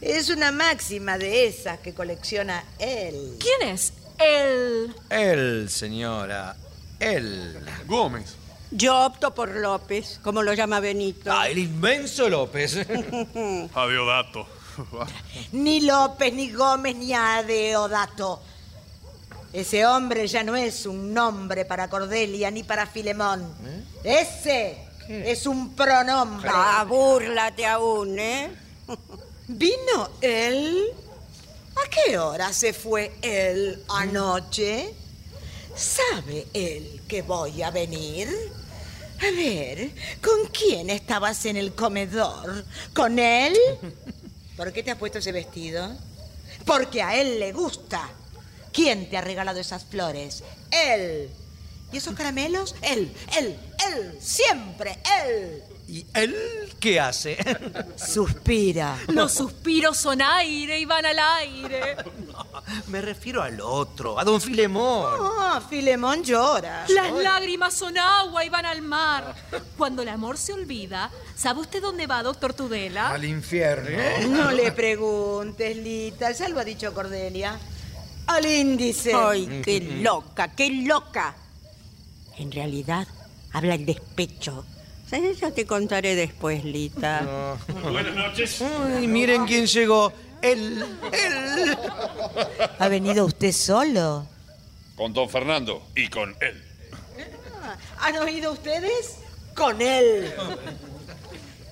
Speaker 1: Es una máxima de esas que colecciona él.
Speaker 11: ¿Quién es? El...
Speaker 5: Él, señora. Él.
Speaker 10: Gómez.
Speaker 6: Yo opto por López, como lo llama Benito.
Speaker 12: Ah, el inmenso López.
Speaker 10: Adiodato.
Speaker 1: Ni López, ni Gómez, ni Adeodato. Ese hombre ya no es un nombre para Cordelia ni para Filemón. Ese es un pronombre.
Speaker 6: ¿Eh? Ah, búrlate aún, ¿eh?
Speaker 1: ¿Vino él? ¿A qué hora se fue él anoche? ¿Sabe él que voy a venir? A ver, ¿con quién estabas en el comedor? ¿Con él? ¿Por qué te has puesto ese vestido? Porque a él le gusta. ¿Quién te ha regalado esas flores? Él. ¿Y esos caramelos? Él, él, él, siempre él.
Speaker 12: ¿Y él qué hace?
Speaker 1: Suspira.
Speaker 11: Los suspiros son aire y van al aire.
Speaker 12: Me refiero al otro, a don Filemón.
Speaker 1: Ah, Filemón llora.
Speaker 11: Las lágrimas son agua y van al mar. Cuando el amor se olvida, ¿sabe usted dónde va, doctor Tudela?
Speaker 3: Al infierno.
Speaker 1: No le preguntes, Lita, ya lo ha dicho Cordelia. Al índice.
Speaker 6: Ay, qué loca, qué loca. En realidad, habla el despecho. ¿Sabes? Ya te contaré después, Lita.
Speaker 15: Buenas noches.
Speaker 12: Uy, miren quién llegó. Él, él.
Speaker 1: ¿Ha venido usted solo?
Speaker 8: Con don Fernando y con él.
Speaker 1: Ah, ¿Han oído ustedes? Con él.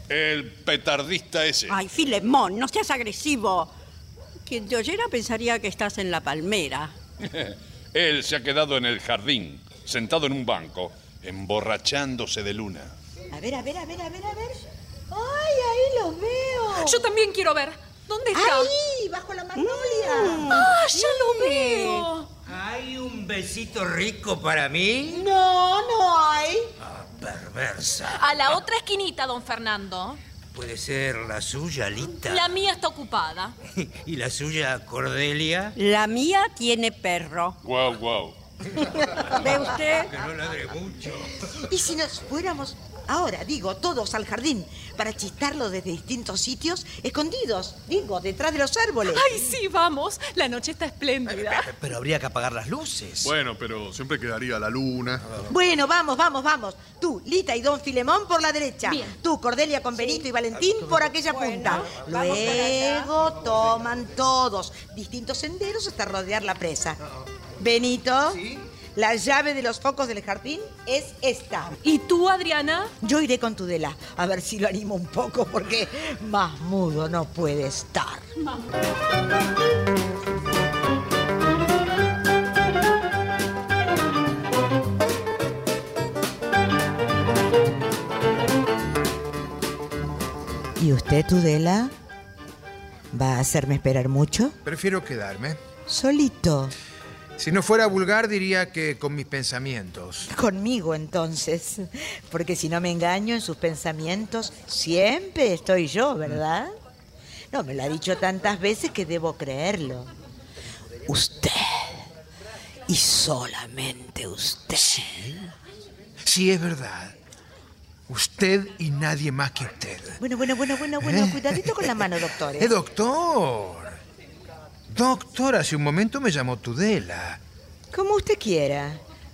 Speaker 8: El petardista ese.
Speaker 6: Ay, Filemón, no seas agresivo. Quien te oyera pensaría que estás en la palmera.
Speaker 8: Él se ha quedado en el jardín, sentado en un banco, emborrachándose de luna.
Speaker 1: A ver, a ver, a ver, a ver, a ver. ¡Ay, ahí los veo!
Speaker 11: Yo también quiero ver. ¿Dónde está?
Speaker 1: ¡Ahí! ¡Bajo la magnolia!
Speaker 11: ¡Ah, ya lo veo!
Speaker 4: ¿Hay un besito rico para mí?
Speaker 1: No, no hay.
Speaker 4: Perversa.
Speaker 11: A la otra esquinita, don Fernando.
Speaker 4: Puede ser la suya, Lita.
Speaker 11: La mía está ocupada.
Speaker 4: ¿Y la suya, Cordelia?
Speaker 6: La mía tiene perro.
Speaker 8: Guau, guau.
Speaker 6: ¿Ve usted?
Speaker 4: Que no ladre mucho.
Speaker 1: ¿Y si nos fuéramos ahora, digo, todos al jardín para chistarlo desde distintos sitios, escondidos, digo, detrás de los árboles?
Speaker 11: ¡Ay, sí, vamos! La noche está espléndida.
Speaker 12: Pero habría que apagar las luces.
Speaker 10: Bueno, pero siempre quedaría la luna.
Speaker 1: Bueno, vamos, vamos, vamos. Tú, Lita y Don Filemón por la derecha.
Speaker 11: Bien.
Speaker 1: Tú, Cordelia con Benito y Valentín por aquella punta.
Speaker 6: vamos
Speaker 1: Luego toman todos distintos senderos hasta rodear la presa. Benito, la llave de los focos del jardín es esta.
Speaker 11: ¿Y tú, Adriana?
Speaker 1: Yo iré con Tudela a ver si lo animo un poco porque más mudo no puede estar. ¿Y usted, Tudela? ¿Va a hacerme esperar mucho?
Speaker 3: Prefiero quedarme.
Speaker 1: Solito.
Speaker 3: Si no fuera vulgar, diría que con mis pensamientos.
Speaker 1: Conmigo entonces, porque si no me engaño en sus pensamientos, siempre estoy yo, ¿verdad? No, me lo ha dicho tantas veces que debo creerlo. Usted, y solamente usted.
Speaker 3: Sí, es verdad. Usted y nadie más que usted.
Speaker 1: Bueno, bueno, bueno, bueno, bueno, cuidadito con la mano, doctor.
Speaker 3: ¡Eh, doctor! Doctor, hace un momento me llamó Tudela.
Speaker 1: Como usted quiera.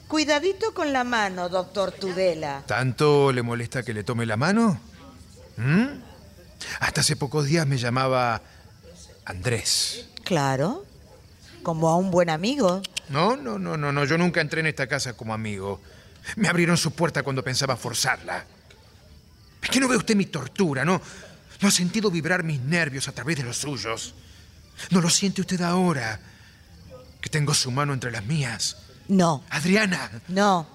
Speaker 1: Cuidadito con la mano, doctor Tudela.
Speaker 3: ¿Tanto le molesta que le tome la mano? ¿Mm? Hasta hace pocos días me llamaba Andrés.
Speaker 1: Claro, como a un buen amigo.
Speaker 3: No, no, no, no, no. Yo nunca entré en esta casa como amigo. Me abrieron su puerta cuando pensaba forzarla. ¿Es que no ve usted mi tortura, no? No ha sentido vibrar mis nervios a través de los suyos. No lo siente usted ahora, que tengo su mano entre las mías.
Speaker 1: No,
Speaker 3: Adriana,
Speaker 1: no.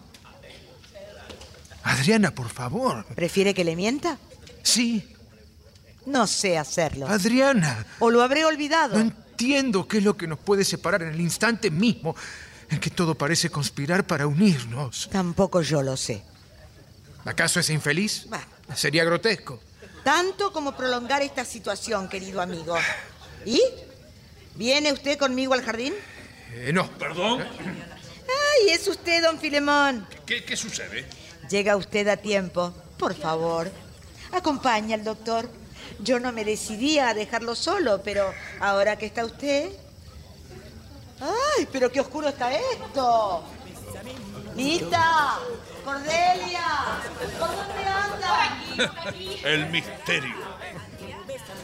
Speaker 3: Adriana, por favor.
Speaker 1: ¿Prefiere que le mienta?
Speaker 3: Sí,
Speaker 1: No sé hacerlo.
Speaker 3: Adriana.
Speaker 1: O lo habré olvidado.
Speaker 3: No entiendo qué es lo que nos puede separar en el instante mismo en que todo parece conspirar para unirnos.
Speaker 1: Tampoco yo lo sé.
Speaker 3: ¿Acaso es infeliz?
Speaker 1: Bah.
Speaker 3: Sería grotesco.
Speaker 1: Tanto como prolongar esta situación, querido amigo. ¿Y? ¿Viene usted conmigo al jardín?
Speaker 3: Eh, no, Eh.
Speaker 15: ¿Perdón?
Speaker 1: ¡Ay, es usted, don Filemón!
Speaker 15: ¿Qué, qué sucede?
Speaker 1: Llega usted a tiempo. Por favor, acompaña al doctor. Yo no me decidía a dejarlo solo, pero ahora que está usted... ¡Ay, pero qué oscuro está esto! ¡Lita! ¡Cordelia! ¿Por dónde anda?
Speaker 8: El misterio.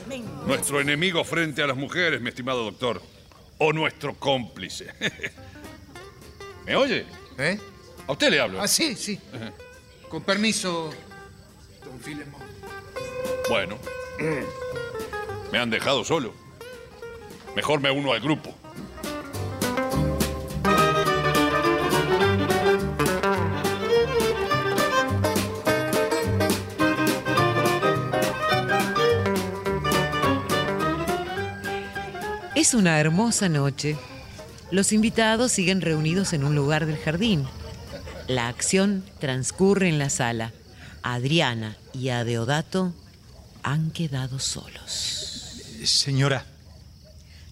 Speaker 16: Mentira.
Speaker 8: Nuestro enemigo frente a las mujeres, mi estimado doctor. O nuestro cómplice. ¿Me oye?
Speaker 3: ¿Eh?
Speaker 8: A usted le hablo.
Speaker 3: Ah, sí, sí. Con permiso, don Filemón.
Speaker 8: Bueno. Me han dejado solo. Mejor me uno al grupo.
Speaker 2: Es una hermosa noche. Los invitados siguen reunidos en un lugar del jardín. La acción transcurre en la sala. Adriana y Adeodato han quedado solos.
Speaker 7: Señora,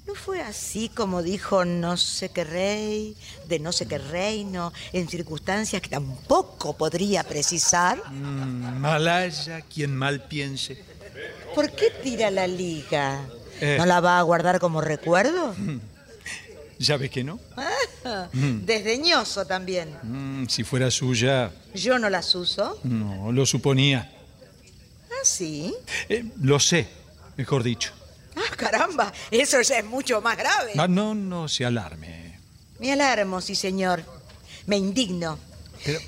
Speaker 1: ¿No fue así como dijo no sé qué rey, de no sé qué reino, en circunstancias que tampoco podría precisar?
Speaker 7: mm, malaya quien mal piense.
Speaker 1: ¿Por qué tira la liga?
Speaker 7: Eh.
Speaker 1: ¿No la va a guardar como recuerdo?
Speaker 7: ¿Ya ve que no?
Speaker 1: Ah, Desdeñoso también.
Speaker 7: Mm, si fuera suya,
Speaker 1: Yo no las uso.
Speaker 7: no, lo suponía.
Speaker 1: Ah, sí.
Speaker 7: Eh, lo sé, mejor dicho.
Speaker 1: Ah, caramba, eso ya es mucho más grave.
Speaker 7: Ah, no, no se alarme.
Speaker 1: Me alarmo, sí, señor. Me indigno.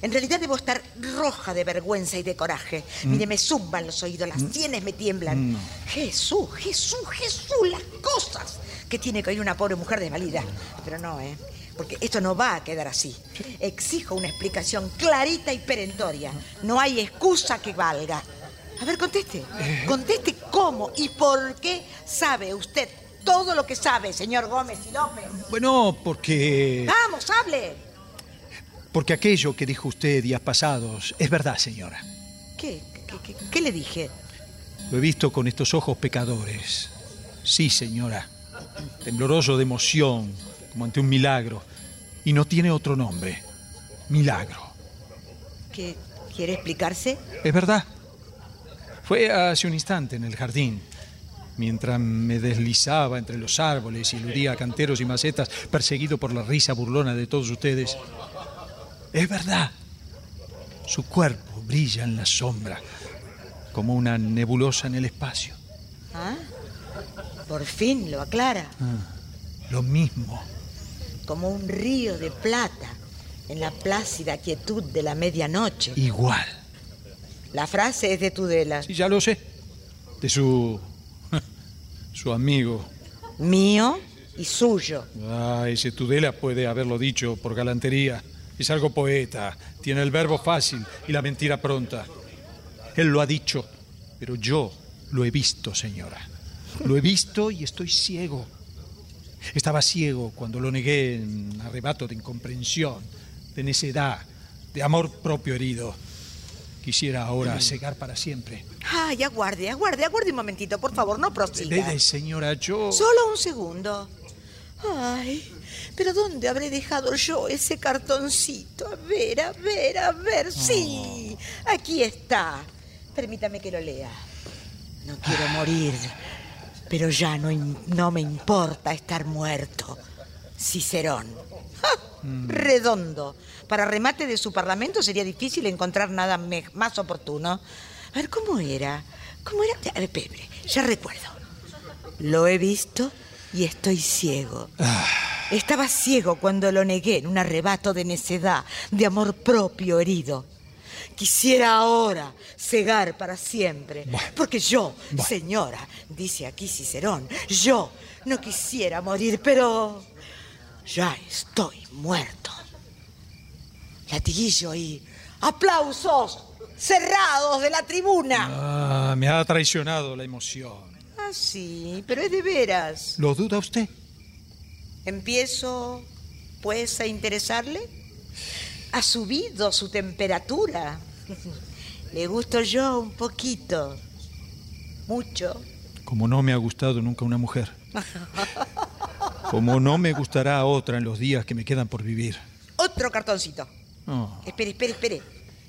Speaker 1: En realidad debo estar roja de vergüenza y de coraje. Mire, me zumban los oídos, las sienes me tiemblan.
Speaker 9: Mm.
Speaker 7: No.
Speaker 1: Jesús, Jesús, Jesús, las cosas que tiene que oír una pobre mujer desvalida. Pero no, ¿eh? Porque esto no va a quedar así. Exijo una explicación clarita y perentoria. No hay excusa que valga. A ver, conteste. Conteste cómo y por qué sabe usted todo lo que sabe, señor Gómez y López.
Speaker 7: Bueno, porque.
Speaker 1: ¡Vamos, hable!
Speaker 7: Porque aquello que dijo usted días pasados es verdad, señora.
Speaker 1: ¿Qué, qué, qué- qué le dije?
Speaker 7: Lo he visto con estos ojos pecadores. Sí, señora. Tembloroso de emoción, como ante un milagro. Y no tiene otro nombre. Milagro.
Speaker 1: ¿Qué, ¿Quiere explicarse?
Speaker 7: Es verdad. Fue hace un instante en el jardín. Mientras me deslizaba entre los árboles y eludía a canteros y macetas, perseguido por la risa burlona de todos ustedes. Es verdad. Su cuerpo brilla en la sombra, como una nebulosa en el espacio.
Speaker 1: ¿Ah? Por fin lo aclara.
Speaker 7: Lo mismo.
Speaker 1: Como un río de plata en la plácida quietud de la medianoche.
Speaker 7: Igual.
Speaker 1: La frase es de Tudela.
Speaker 7: Sí, ya lo sé. De su. su amigo.
Speaker 1: Mío y suyo.
Speaker 7: Ah, ese Tudela puede haberlo dicho por galantería. Es algo poeta. Tiene el verbo fácil y la mentira pronta. Él lo ha dicho, pero yo lo he visto, señora. Lo he visto y estoy ciego. Estaba ciego cuando lo negué en arrebato de incomprensión, de necedad, de amor propio herido. Quisiera ahora cegar para siempre.
Speaker 1: Ay, aguarde, aguarde, aguarde un momentito, por favor, no
Speaker 7: Ve,
Speaker 1: prosiga.
Speaker 7: ve, señora, yo...
Speaker 1: Solo un segundo. Ay, pero ¿dónde habré dejado yo ese cartoncito? A ver, a ver, a ver. Sí, aquí está. Permítame que lo lea. No quiero morir, pero ya no, im- no me importa estar muerto. Cicerón. ¡Ja! Redondo. Para remate de su parlamento sería difícil encontrar nada me- más oportuno. A ver, ¿cómo era? ¿Cómo era? A ver, Pepe, ya recuerdo. Lo he visto y estoy ciego. Estaba ciego cuando lo negué en un arrebato de necedad, de amor propio herido. Quisiera ahora cegar para siempre, porque yo, señora, dice aquí Cicerón, yo no quisiera morir, pero ya estoy muerto. Latiguillo y aplausos cerrados de la tribuna.
Speaker 7: Ah, me ha traicionado la emoción.
Speaker 1: Ah, sí, pero es de veras.
Speaker 7: ¿Lo duda usted?
Speaker 1: ¿Empiezo, pues, a interesarle? Ha subido su temperatura. Le gusto yo un poquito. Mucho.
Speaker 7: Como no me ha gustado nunca una mujer. Como no me gustará a otra en los días que me quedan por vivir.
Speaker 1: Otro cartoncito.
Speaker 7: Oh,
Speaker 1: Espere, espere, espere.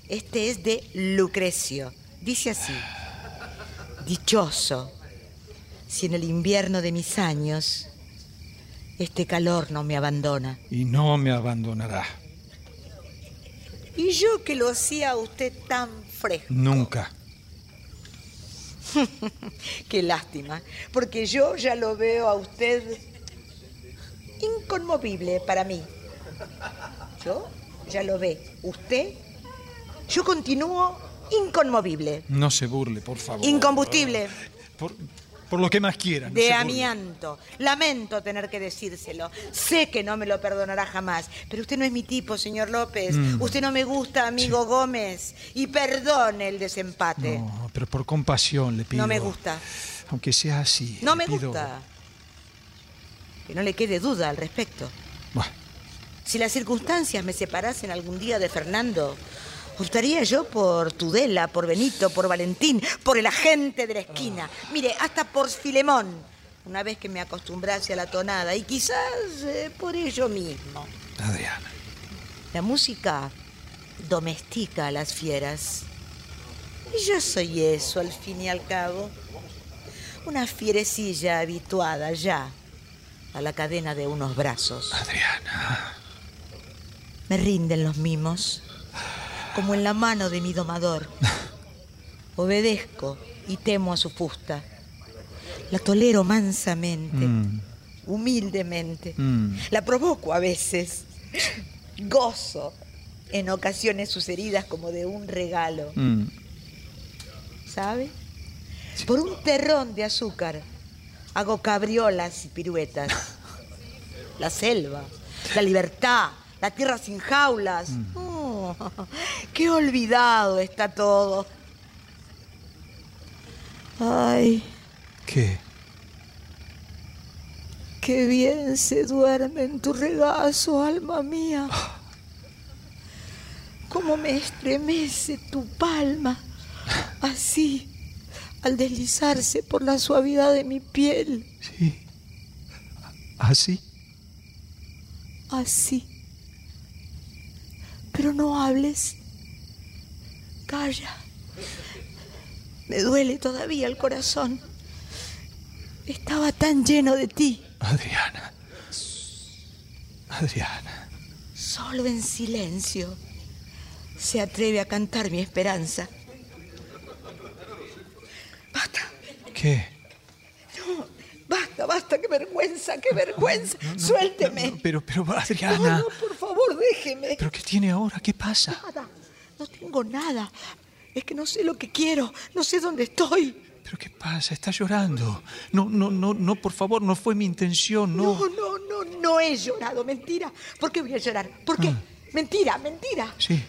Speaker 1: Este es de Lucrecio. Dice así. Dichoso, si en el invierno de mis años este calor no me abandona.
Speaker 7: y no me abandonará.
Speaker 1: Y yo que lo hacía a usted tan fresco.
Speaker 7: Nunca.
Speaker 1: Qué lástima, porque yo ya lo veo a usted inconmovible para mí. Yo ya lo ve. Usted, yo continúo inconmovible,
Speaker 7: No se burle, por favor.
Speaker 1: incombustible,
Speaker 7: Por, por lo que más quieran. no
Speaker 1: de
Speaker 7: se burle.
Speaker 1: amianto. Lamento tener que decírselo. Sé que no me lo perdonará jamás, pero usted no es mi tipo, señor López.
Speaker 7: Mm.
Speaker 1: Usted no me gusta, amigo Gómez. Y perdone el desempate. No,
Speaker 7: No, pero por compasión le pido.
Speaker 1: me gusta.
Speaker 7: Aunque sea así.
Speaker 1: No
Speaker 7: le
Speaker 1: me
Speaker 7: pido-
Speaker 1: gusta. Que no le quede duda al respecto.
Speaker 7: Bueno.
Speaker 1: Si las circunstancias me separasen algún día de Fernando, optaría yo por Tudela, por Benito, por Valentín, por el agente de la esquina. Mire, hasta por Filemón, una vez que me acostumbrase a la tonada, y quizás eh, por ello mismo.
Speaker 7: Adriana.
Speaker 1: La música domestica a las fieras. Y yo soy eso, al fin y al cabo. Una fierecilla habituada ya a la cadena de unos brazos.
Speaker 7: Adriana.
Speaker 1: Me rinden los mimos, como en la mano de mi domador. Obedezco y temo a su fusta. La tolero mansamente,
Speaker 7: Mm,
Speaker 1: humildemente.
Speaker 7: mm.
Speaker 1: La provoco a veces. Gozo en ocasiones sus heridas como de un regalo.
Speaker 7: Mm.
Speaker 1: ¿Sabe? Por un terrón de azúcar hago cabriolas y piruetas. La selva, la libertad, la tierra sin jaulas. Oh, ¡Qué olvidado está todo! ¡Ay,
Speaker 7: ¿Qué?
Speaker 1: qué bien se duerme en tu regazo, alma mía! ¿Cómo me estremece tu palma así al deslizarse por la suavidad de mi piel?
Speaker 7: Sí. ¿Así?
Speaker 1: así. Pero no hables. Calla. Me duele todavía el corazón. Estaba tan lleno de ti,
Speaker 7: Adriana. Adriana.
Speaker 1: solo en silencio. Se atreve a cantar mi esperanza.
Speaker 7: ¿Qué?
Speaker 1: No, basta, basta, qué vergüenza, qué vergüenza. Suélteme.
Speaker 7: Pero, pero,
Speaker 1: No,
Speaker 7: Adriana.
Speaker 1: no, por favor, déjeme.
Speaker 7: ¿Pero qué tiene ahora? ¿Qué pasa?
Speaker 1: Nada, no tengo nada. Es que no sé lo que quiero, no sé dónde estoy.
Speaker 7: ¿Pero qué pasa? Está llorando. No, no, no, no, por favor, no fue mi intención, no.
Speaker 1: No, no, no, no he llorado, mentira. ¿Por qué voy a llorar? ¿Por qué?
Speaker 7: Ah.
Speaker 1: Mentira, mentira,
Speaker 7: Sí.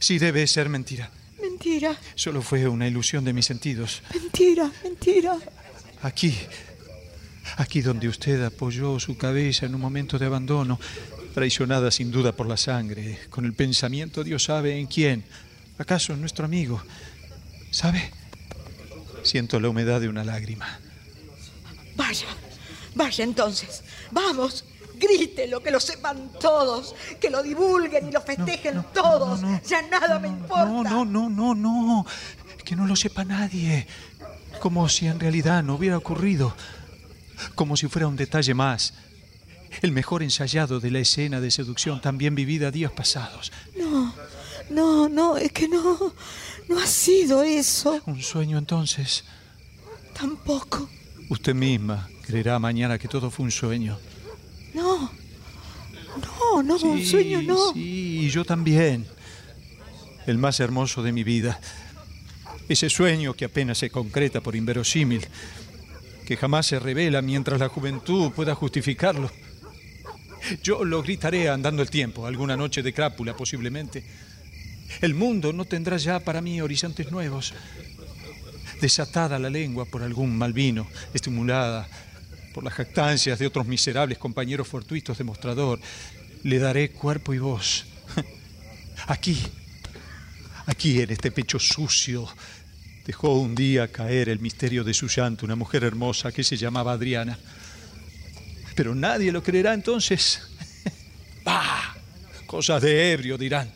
Speaker 7: Sí, debe ser mentira.
Speaker 1: mentira,
Speaker 7: Solo fue una ilusión de mis sentidos.
Speaker 1: mentira, mentira.
Speaker 7: Aquí, aquí donde usted apoyó su cabeza en un momento de abandono, traicionada sin duda por la sangre, con el pensamiento Dios sabe en quién, acaso en nuestro amigo, ¿sabe? Siento la humedad de una lágrima.
Speaker 1: Vaya, vaya entonces, vamos. Grítelo, que lo sepan todos, que lo divulguen y lo festejen todos. ya nada me importa.
Speaker 7: No, no, no, no, no, que no lo sepa nadie, como si en realidad no hubiera ocurrido, como si fuera un detalle más. El mejor ensayado de la escena de seducción también vivida días pasados.
Speaker 1: No, no, no, es que no, no ha sido eso.
Speaker 7: Un sueño entonces.
Speaker 1: Tampoco,
Speaker 7: Usted misma creerá mañana que todo fue un sueño.
Speaker 1: no. No, no, un sueño no.
Speaker 7: Sí, y yo también. El más hermoso de mi vida. Ese sueño que apenas se concreta por inverosímil, que jamás se revela mientras la juventud pueda justificarlo. Yo lo gritaré andando el tiempo, alguna noche de crápula posiblemente. El mundo no tendrá ya para mí horizontes nuevos. Desatada la lengua por algún malvino, estimulada por las jactancias de otros miserables compañeros fortuitos de mostrador, le daré cuerpo y voz. Aquí, aquí en este pecho sucio, dejó un día caer el misterio de su llanto una mujer hermosa que se llamaba Adriana. Pero nadie lo creerá entonces. ¡Bah! Cosas de ebrio, dirán.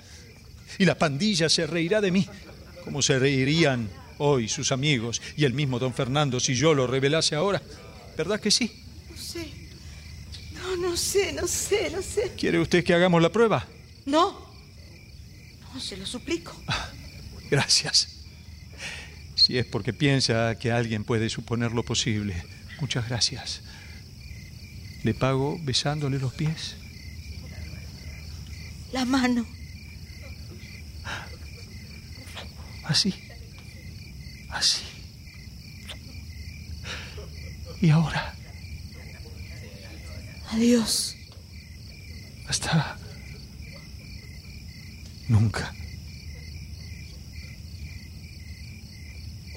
Speaker 7: Y la pandilla se reirá de mí, como se reirían hoy sus amigos y el mismo don Fernando si yo lo revelase ahora. ¿Verdad que sí?
Speaker 1: No sé. No, no sé, no sé, no sé.
Speaker 7: ¿Quiere usted que hagamos la prueba? Ah.
Speaker 1: No. No, se lo suplico.
Speaker 7: Gracias. Si es porque piensa que alguien puede suponer lo posible. Muchas gracias. Le pago besándole los pies.
Speaker 1: La mano.
Speaker 7: Así. Así. Y ahora.
Speaker 1: Adiós.
Speaker 7: Hasta... Nunca.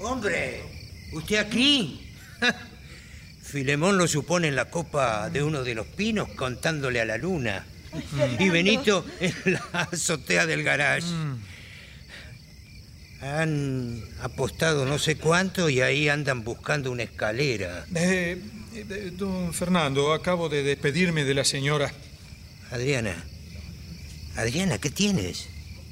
Speaker 4: Hombre, ¿usted aquí? Filemón lo supone en la copa de uno de los pinos contándole a la luna. Y Benito en la azotea del garage. Han apostado no sé cuánto y ahí andan buscando una escalera.
Speaker 7: Eh, eh, don Fernando, acabo de despedirme de la señora.
Speaker 4: Adriana. Adriana, ¿qué tienes?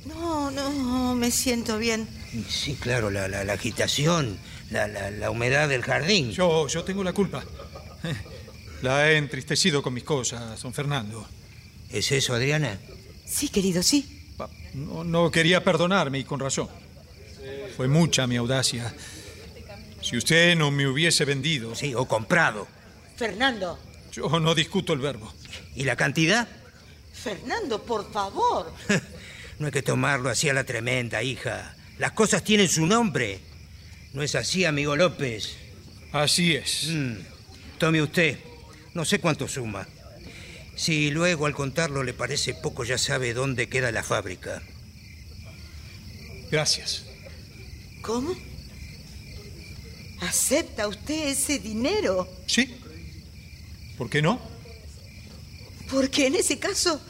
Speaker 1: No, no, me siento bien.
Speaker 4: Sí, claro, la, la- la agitación, la, la- la humedad del jardín.
Speaker 7: Yo, yo tengo la culpa. La he entristecido con mis cosas, don Fernando.
Speaker 4: ¿Es eso, Adriana?
Speaker 1: Sí, querido, sí.
Speaker 7: No, no quería perdonarme y con razón. Fue mucha mi audacia. Si usted no me hubiese vendido.
Speaker 4: Sí, o comprado.
Speaker 1: Fernando.
Speaker 7: Yo no discuto el verbo.
Speaker 4: ¿Y la cantidad?
Speaker 1: Fernando, por favor.
Speaker 4: No hay que tomarlo así a la tremenda, hija. Las cosas tienen su nombre. ¿No es así, amigo López? Mm.
Speaker 7: Así es.
Speaker 4: Tome usted. No sé cuánto suma. Si luego al contarlo le parece poco, ya sabe dónde queda la fábrica.
Speaker 7: Gracias.
Speaker 1: ¿Cómo? ¿Acepta usted ese dinero?
Speaker 7: Sí. ¿Por qué no?
Speaker 1: Porque en ese caso,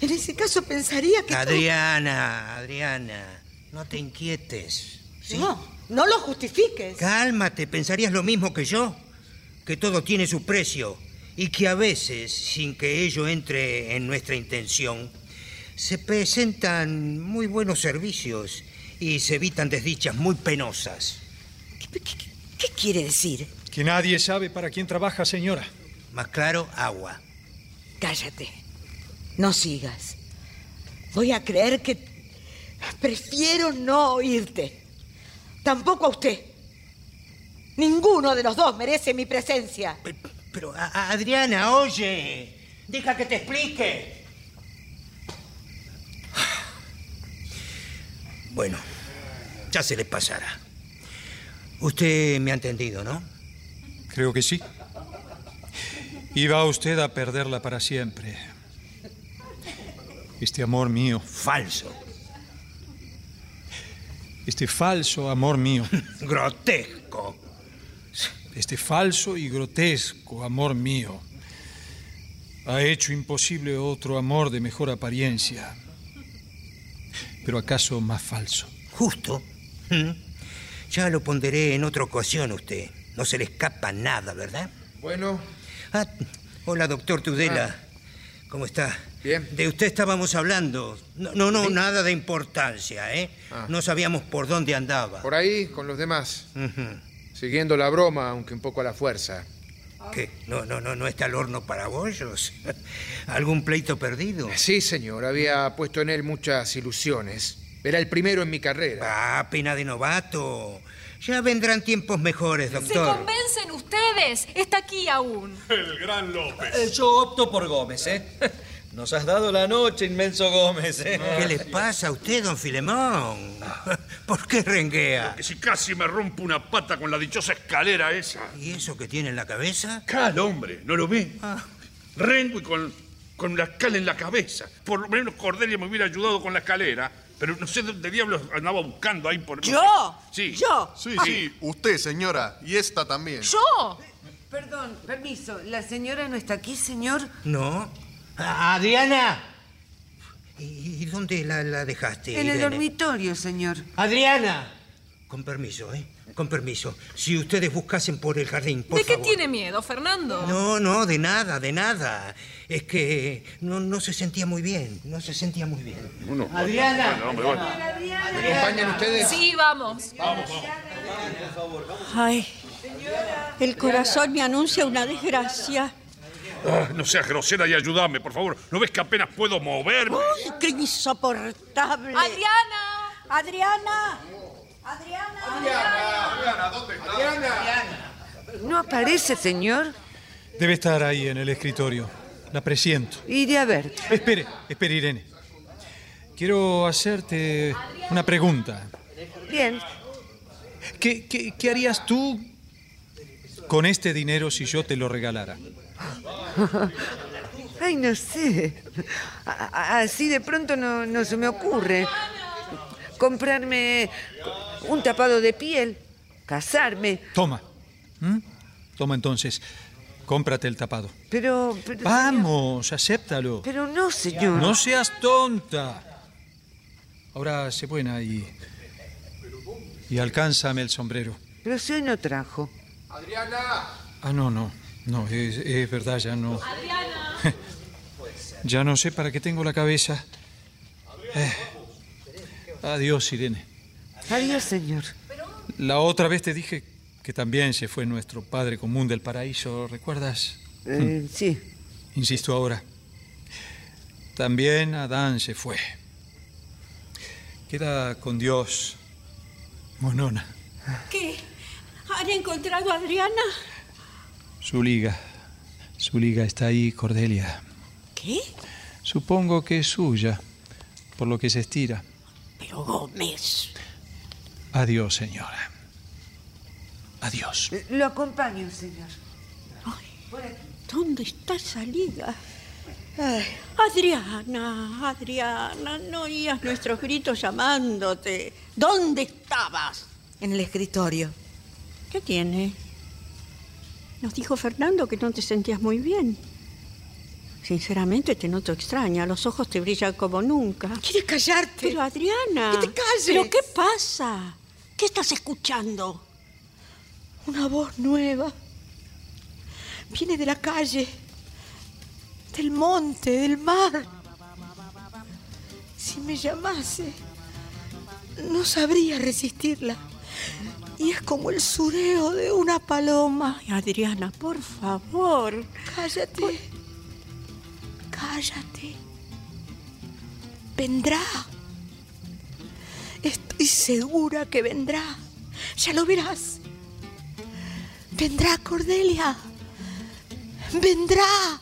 Speaker 1: en ese caso pensaría que...
Speaker 4: Adriana, Adriana, no te inquietes.
Speaker 1: No, no lo justifiques.
Speaker 4: Cálmate, ¿pensarías lo mismo que yo? Que todo tiene su precio y que a veces, sin que ello entre en nuestra intención, se presentan muy buenos servicios y se evitan desdichas muy penosas.
Speaker 1: ¿Qué quiere decir?
Speaker 7: Que nadie sabe para quién trabaja, señora.
Speaker 4: Más claro, agua.
Speaker 1: Cállate. No sigas. Voy a creer que prefiero no oírte. Tampoco a usted. Ninguno de los dos merece mi presencia.
Speaker 4: Pero a- a- Adriana, oye, deja que te explique. Bueno, ya se les pasará. Usted me ha entendido, ¿no?
Speaker 7: Creo que sí. Iba usted a perderla para siempre. Este amor mío.
Speaker 4: Falso.
Speaker 7: Este falso amor mío.
Speaker 4: Grotesco.
Speaker 7: Este falso y grotesco amor mío. Ha hecho imposible otro amor de mejor apariencia. Pero acaso más falso.
Speaker 4: Justo. Mm. Ya lo ponderé en otra ocasión a usted. No se le escapa nada, ¿verdad?
Speaker 3: Bueno.
Speaker 4: Ah, hola, doctor Tudela. ¿Cómo está? Bien. De usted estábamos hablando. No, no, no, nada de importancia, ¿eh?
Speaker 3: Ah.
Speaker 4: No sabíamos por dónde andaba.
Speaker 3: Por ahí, con los demás. Siguiendo la broma, aunque un poco a la fuerza.
Speaker 4: ¿Qué? No, no, no, no está el horno para bollos. ¿Algún pleito perdido?
Speaker 3: Sí, señor, había puesto en él muchas ilusiones. Era el primero en mi carrera.
Speaker 4: Ah, pena de novato. Ya vendrán tiempos mejores,
Speaker 11: Se
Speaker 4: doctor.
Speaker 11: convencen ustedes. Está aquí aún.
Speaker 8: El gran López.
Speaker 17: Eh, Yo opto por Gómez, ¿eh? Nos has dado la noche, inmenso Gómez, ¿eh?
Speaker 4: ¿Qué le pasa a usted, don Filemón? ¿Por qué renguea?
Speaker 8: Que si casi me rompo una pata con la dichosa escalera esa.
Speaker 4: ¿Y eso que tiene en la cabeza? Ah.
Speaker 8: Cal, hombre, ¿no lo ve? Rengo y con, con la cal en la cabeza. Por lo menos Cordelia me hubiera ayudado con la escalera. Pero no sé dónde diablos andaba buscando ahí por...
Speaker 6: ¿Yo?
Speaker 8: Sí.
Speaker 6: ¿Yo? Ah.
Speaker 18: Sí, sí, usted, señora, y esta también.
Speaker 6: ¡Yo!
Speaker 9: Perdón, permiso. ¿La señora no está aquí, señor?
Speaker 4: No. A- ¡Adriana! ¿Y y dónde la, la dejaste?
Speaker 9: en el
Speaker 4: Irene?
Speaker 9: dormitorio, señor.
Speaker 4: ¡Adriana! Con permiso, ¿eh? Con permiso. Si ustedes buscasen por el jardín, por
Speaker 11: ¿De qué
Speaker 4: favor.
Speaker 11: tiene miedo, Fernando?
Speaker 4: No, no, de nada, de nada. Es que no, no se sentía muy bien, no se sentía muy bien. Adriana.
Speaker 8: Bueno, hombre, bueno.
Speaker 3: ¿Acompañan ustedes?
Speaker 11: Sí, vamos.
Speaker 6: Ay, el corazón me anuncia una desgracia.
Speaker 8: Ah, no seas grosera y ayúdame, por favor. ¿No ves que apenas puedo moverme?
Speaker 6: ¡Qué insoportable!
Speaker 11: Adriana.
Speaker 6: Adriana, Adriana.
Speaker 10: Adriana, Adriana, ¿dónde está? Adriana.
Speaker 9: ¿No aparece, señor?
Speaker 7: Debe estar ahí en el escritorio. La presiento.
Speaker 9: Iré a ver.
Speaker 7: Espere, espere, Irene. Quiero hacerte una pregunta.
Speaker 9: Bien.
Speaker 7: ¿Qué, qué, qué harías tú con este dinero si yo te lo regalara?
Speaker 9: Ay, no sé. A- a- Así de pronto no, no se me ocurre. Comprarme un tapado de piel, casarme,
Speaker 7: Toma. ¿Mm? Toma entonces. Cómprate el tapado.
Speaker 9: pero... pero
Speaker 7: Vamos, acéptalo.
Speaker 9: Pero no, señor.
Speaker 7: No seas tonta. Ahora sé buena y. Y alcánzame el sombrero.
Speaker 9: Pero si hoy no trajo.
Speaker 10: Adriana.
Speaker 7: Ah, no, no. No, es, es verdad, ya no. ya no sé para qué tengo la cabeza. Eh. Adiós, Irene.
Speaker 9: Adiós, señor.
Speaker 7: La otra vez te dije que también se fue nuestro padre común del paraíso, ¿recuerdas? Mm.
Speaker 9: Eh, sí.
Speaker 7: Insisto ahora. También Adán se fue. Queda con Dios, Monona,
Speaker 6: ¿Qué? ¿Han encontrado a Adriana?
Speaker 7: su liga. Su liga está ahí, Cordelia.
Speaker 6: ¿Qué?
Speaker 7: Supongo que es suya, por lo que se estira.
Speaker 6: Pero Gómez.
Speaker 7: Adiós, señora. Adiós.
Speaker 9: Lo acompaño, señor.
Speaker 6: ¿Dónde está salida? Adriana, Adriana, no oías nuestros gritos llamándote. ¿Dónde estabas?
Speaker 1: En el escritorio.
Speaker 6: ¿Qué tiene? Nos dijo Fernando que no te sentías muy bien. Sinceramente te noto extraña, los ojos te brillan como nunca.
Speaker 1: ¿Quieres callarte?
Speaker 6: Pero Adriana.
Speaker 1: Que te calles.
Speaker 6: ¿Pero qué pasa? ¿Qué estás escuchando?
Speaker 1: Una voz nueva. Viene de la calle, del monte, del mar. Si me llamase, no sabría resistirla. Y es como el sureo de una paloma.
Speaker 6: Ay, Adriana, por favor.
Speaker 1: Cállate. Cállate. Vendrá. Estoy segura que vendrá. Ya lo verás. Vendrá, Cordelia. Vendrá.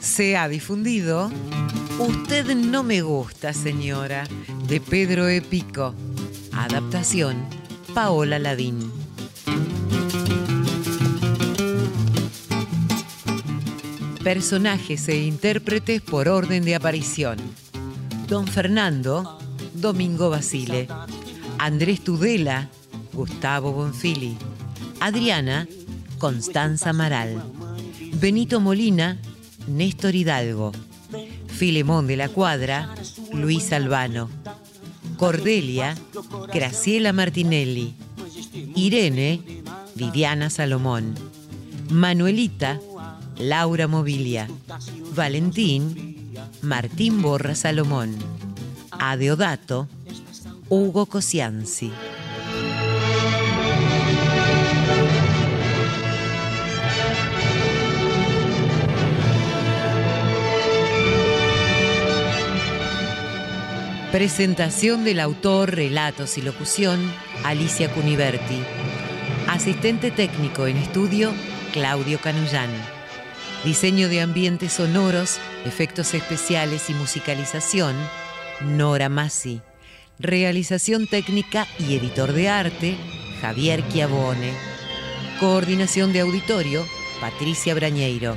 Speaker 2: se ha difundido Usted no me gusta, señora, de Pedro Epico. Adaptación, Paola Ladín. Personajes e intérpretes por orden de aparición. Don Fernando, Domingo Basile. Andrés Tudela, Gustavo Bonfili. Adriana, Constanza Maral. Benito Molina, Néstor Hidalgo. Filemón de la Cuadra, Luis Albano. Cordelia, Graciela Martinelli. Irene, Viviana Salomón. Manuelita, Laura Mobilia. Valentín, Martín Borra Salomón. Adeodato, Hugo Cosianzi. Presentación del autor, relatos y locución, Alicia Cuniverti. Asistente técnico en estudio, Claudio Canullán. Diseño de ambientes sonoros, efectos especiales y musicalización, Nora Massi. Realización técnica y editor de arte, Javier Chiavone. Coordinación de auditorio, Patricia Brañeiro.